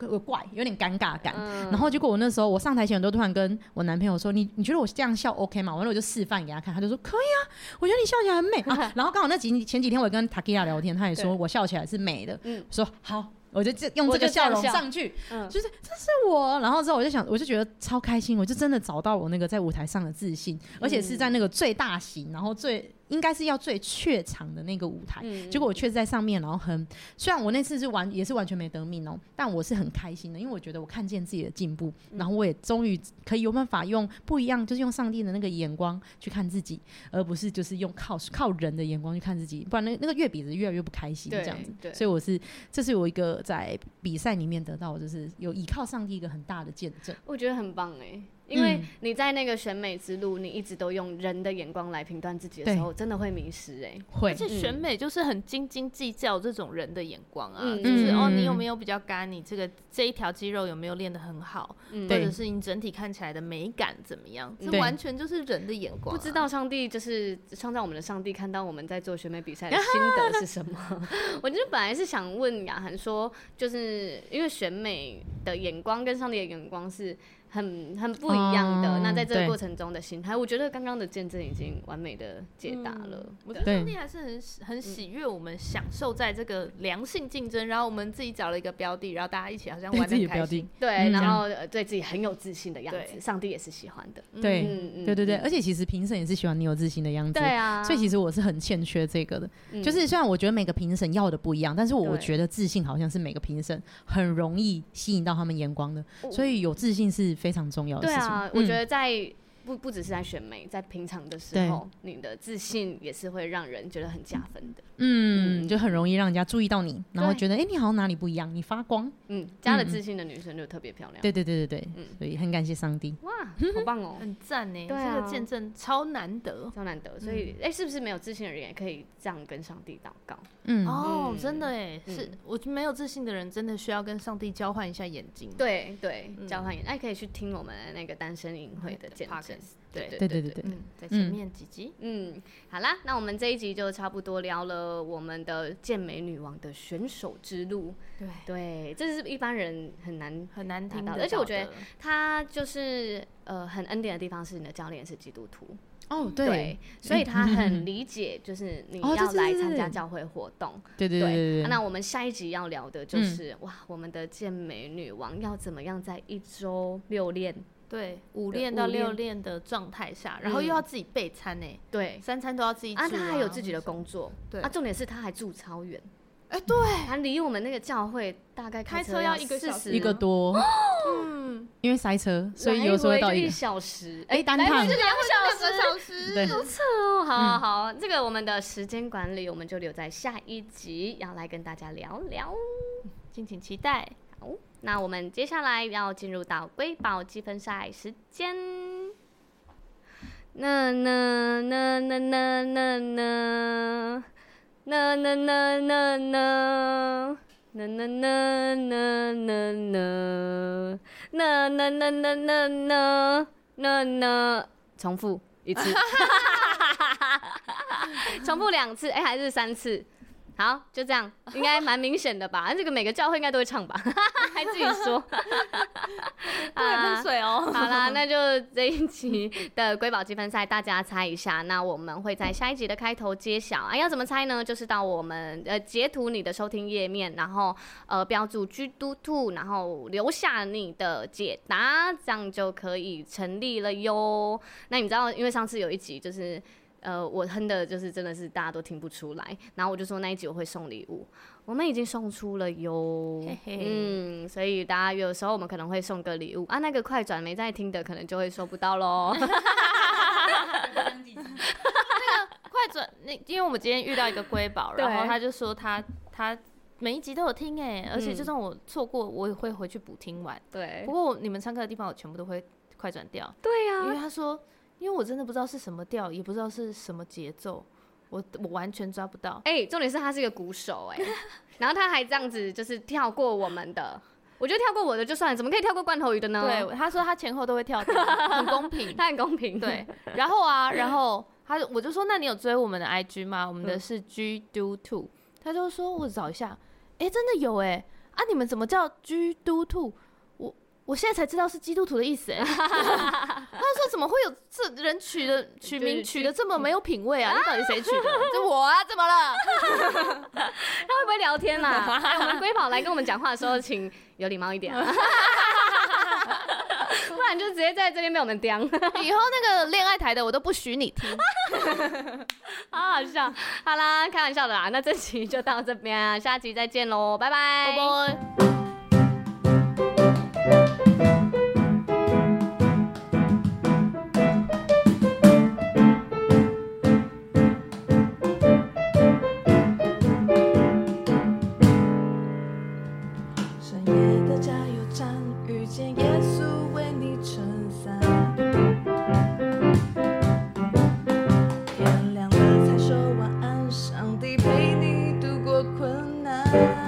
Speaker 3: 很很怪，有点尴尬感。
Speaker 2: 嗯
Speaker 3: 然后结果我那时候我上台前，我都突然跟我男朋友说：“你你觉得我这样笑 OK 吗？”完了我就示范给他看，他就说：“可以啊，我觉得你笑起来很美 啊。”然后刚好那几前几天我跟 Takia 聊天，他也说
Speaker 2: 对
Speaker 3: 我笑起来是美的，
Speaker 2: 嗯
Speaker 3: 我说好。我就这用
Speaker 2: 我
Speaker 3: 这个
Speaker 2: 就这样
Speaker 3: 笑容
Speaker 2: 笑
Speaker 3: 上去，
Speaker 2: 嗯
Speaker 3: 就是这是我。然后之后我就想，我就觉得超开心，我就真的找到我那个在舞台上的自信，而且
Speaker 2: 嗯
Speaker 3: 是在那个最大型，然后最应该是要最怯场的那个舞台。
Speaker 2: 嗯
Speaker 3: 结果我却在上面，然后很虽然我那次是完也是完全没得命哦、但我是很开心的，因为我觉得我看见自己的进步，
Speaker 2: 嗯
Speaker 3: 然后我也终于可以有办法用不一样，就是用上帝的那个眼光去看自己，而不是就是用靠靠人的眼光去看自己，不然那那个月饼子越来越不开心
Speaker 2: 对
Speaker 3: 这样子。
Speaker 2: 对
Speaker 3: 所以我是这是我一个在比赛里面得到，就是有依靠上帝一个很大的见证。
Speaker 2: 我觉得很棒哎、因为
Speaker 3: 嗯
Speaker 2: 你在那个选美之路，你一直都用人的眼光来评断自己的时候，真的会迷失哎、
Speaker 3: 会
Speaker 1: 而且选美就是很斤斤计较这种人的眼光啊，
Speaker 2: 嗯
Speaker 1: 就是哦，
Speaker 3: 嗯
Speaker 1: 你有没有比较干，你这个这一条肌肉有没有练得很好，
Speaker 2: 嗯
Speaker 1: 或
Speaker 3: 对
Speaker 1: 者是你整体看起来的美感怎么样，这
Speaker 3: 对
Speaker 1: 完全就是人的眼光、啊
Speaker 2: 不知，道上帝就是创造我们的上帝，看到我们在做选美比赛的心得是什么？ 我就是本来是想问雅涵说，就是因为选美的眼光跟上帝的眼光是很很不一样的。
Speaker 3: 哦
Speaker 2: 那在这个
Speaker 3: 对
Speaker 2: 过程中的心态，我觉得刚刚的见证已经完美的解答了。
Speaker 1: 我觉
Speaker 2: 嗯对
Speaker 1: 得
Speaker 2: 嗯
Speaker 1: 上帝还是很喜很喜悦我们享受在这个良性竞争，然后我们自己找了一个标的，然后大家一起好像
Speaker 3: 对
Speaker 1: 玩
Speaker 3: 自
Speaker 1: 的
Speaker 3: 己
Speaker 1: 很
Speaker 3: 的标
Speaker 1: 开
Speaker 3: 的
Speaker 1: 心。，
Speaker 2: 对，
Speaker 3: 嗯
Speaker 2: 然后呃对自己很有自信的样子，
Speaker 1: 对
Speaker 2: 上帝也是喜欢的。
Speaker 3: 对
Speaker 2: 嗯嗯
Speaker 3: 对对对，
Speaker 2: 嗯
Speaker 3: 而且其实评审也是喜欢你有自信的样子
Speaker 2: 对。啊，
Speaker 3: 所以其实我是很欠缺这个的，
Speaker 2: 嗯
Speaker 3: 就是虽然我觉得每个评审要的不一样，但是我
Speaker 2: 对
Speaker 3: 觉得自信好像是每个评审很容易吸引到他们眼光的，
Speaker 2: 嗯
Speaker 3: 所以有自信是非常重要的
Speaker 2: 哦对
Speaker 3: 事情。
Speaker 2: 啊，我觉
Speaker 3: 嗯、
Speaker 2: 得在不不只是在选美，在平常的时
Speaker 3: 对
Speaker 2: 候，你的自信也是会让人觉得很加分的。
Speaker 3: 嗯，
Speaker 2: 嗯
Speaker 3: 就很容易让人家注意到你，然后
Speaker 2: 对
Speaker 3: 觉得哎、诶你好像哪里不一样，你发光。
Speaker 2: 嗯，加了
Speaker 3: 嗯嗯
Speaker 2: 自信的女生就特别漂亮。
Speaker 3: 对对对对对，
Speaker 2: 嗯
Speaker 3: 所以很感谢上帝。
Speaker 2: 哇，好棒 哦，
Speaker 1: 很赞呢、
Speaker 2: 对啊
Speaker 1: 这个见证超难得、
Speaker 2: 超难得。所以，哎，是不是没有自信的人也可以这样跟上帝祷 告？
Speaker 3: 嗯，
Speaker 1: 哦，
Speaker 2: 嗯
Speaker 1: 真的哎、是
Speaker 2: 嗯
Speaker 1: 我觉得没有自信的人真的需要跟上帝交换一下眼睛。
Speaker 2: 对对，
Speaker 1: 嗯
Speaker 2: 交换也，哎，可以去听我们的那个单身营会的见证
Speaker 1: Podcast，。对
Speaker 2: 对
Speaker 3: 对对对对，
Speaker 1: 嗯，在前
Speaker 3: 嗯
Speaker 1: 面几集。
Speaker 2: 嗯，好啦，那我们这一集就差不多聊了我们的健美女王的选手之路。
Speaker 1: 对，
Speaker 2: 对，这是一般人很难
Speaker 1: 很难听
Speaker 2: 达
Speaker 1: 的
Speaker 2: 到，而且我觉得他就是呃很恩典的地方是你的教练是基督徒，
Speaker 3: 哦
Speaker 2: 对，
Speaker 3: 对
Speaker 2: 所以他
Speaker 3: 嗯嗯嗯
Speaker 2: 很理解就是你
Speaker 3: 哦对
Speaker 2: 要
Speaker 3: 对
Speaker 2: 来
Speaker 3: 对
Speaker 2: 参加
Speaker 3: 对
Speaker 2: 教会活动，
Speaker 3: 对对对
Speaker 2: 啊
Speaker 3: 对对，
Speaker 2: 那我们下一集要聊的就是、哇，我们的健美女王要怎么样在一周六练，
Speaker 1: 对五
Speaker 2: 对
Speaker 1: 练
Speaker 2: 五
Speaker 1: 到六
Speaker 2: 练
Speaker 1: 练的状态下，然后
Speaker 2: 嗯
Speaker 1: 又要自己备餐呢，
Speaker 2: 对。
Speaker 1: 三餐都要自己煮
Speaker 2: 啊，他还有自己的工作，
Speaker 1: 对
Speaker 2: 啊，重点是他还住超远，
Speaker 1: 哎，对，
Speaker 2: 他离我们那个教会大概
Speaker 1: 开
Speaker 2: 车
Speaker 1: 车
Speaker 2: 要
Speaker 1: 要一个小时
Speaker 2: 40
Speaker 3: 一个多，
Speaker 1: 嗯，
Speaker 3: 因为塞车，所
Speaker 2: 哦
Speaker 3: 以
Speaker 2: 来
Speaker 3: 有时候
Speaker 2: 回
Speaker 3: 会到
Speaker 2: 就
Speaker 3: 一
Speaker 2: 一
Speaker 3: 个。
Speaker 2: 小时，
Speaker 3: 哎单
Speaker 2: 来回
Speaker 3: 趟
Speaker 2: 就两小时，
Speaker 1: 小时
Speaker 3: 对，
Speaker 2: 哦，好好好，这个我们的时间管理我们就留在下一集要来跟大家聊聊。
Speaker 1: 敬请期待。
Speaker 2: 好，那我们接下来要进入到瑰宝积分赛时间。那那那那那那那那那那那那。那那那那那那那那那那那那那那，重复 一次，重复两次，哎、还是三次？好，就这样，应该蛮明显的吧？这个每个教会应该都会唱吧？ 还自己 说，
Speaker 1: 对，喷水哦。
Speaker 2: 好啦，那就这一集的瑰宝积分赛，大家猜一下。那我们会在下一集的开头揭晓啊，要怎么猜呢？就是到我们呃截图你的收听页面，然后呃标注 G Do Two，然后留下你的解答，这样就可以成立了哟。那你知道，因为上次有一集就是。呃，我哼的就是真的是大家都听不出来，然后我就说那一集我会送礼物，我们已经送出了哟。
Speaker 1: 嘿嘿
Speaker 2: 嗯，所以大家有时候我们可能会送个礼物啊，那个快转没在听的可能就会收不到喽。
Speaker 1: 快准，那因为我们今天遇到一个瑰宝，
Speaker 2: 对
Speaker 1: 然后他就说他他每一集都有听哎、而且
Speaker 2: 嗯
Speaker 1: 就算我错过，我也会回去补听完。
Speaker 2: 对
Speaker 1: 不，过我你们唱歌的地方，我全部都会快转掉，
Speaker 2: 对啊
Speaker 1: 因为
Speaker 2: 呀、
Speaker 1: 他说，因为我真的不知道是什么调，也不知道是什么节奏，我我完全抓不到。
Speaker 2: 哎、重点是他是一个鼓手哎、 然后他还这样子就是跳过我们的，我觉得跳过我的就算了，怎么可以跳过罐头鱼的呢？
Speaker 1: 对，，他说他前后都会跳掉，很公平。
Speaker 2: 嗯 他很公平。
Speaker 1: 对， 然后啊，然后他就我就说，那你有追我们的 IG 吗？我们
Speaker 2: 嗯
Speaker 1: 的是 G Do Two，他就说我找一下，哎、真的有哎、啊，你们怎么叫 G Do Two？我我现在才知道是基督徒的意思哎、 他就说怎么会有这人取的取
Speaker 2: 就是
Speaker 1: 名取
Speaker 2: 基
Speaker 1: 的这么没有品味啊？那到底谁取的？ 是我啊，怎么了？
Speaker 2: 他会不会聊天啦、 啊？哎我们瑰宝来跟我们讲话的时候，请有礼貌一点、啊。不然就直接在这边被我们刁，
Speaker 1: 以后那个恋爱台的我都不许你听。
Speaker 2: 好好笑。好啦，开玩笑的啦，那这集就到这边啊，下集再见喽，拜拜。
Speaker 1: 拜拜。
Speaker 4: 深夜的加油站遇见耶稣为你撑伞，天亮了才说晚安，上帝陪你度过困难。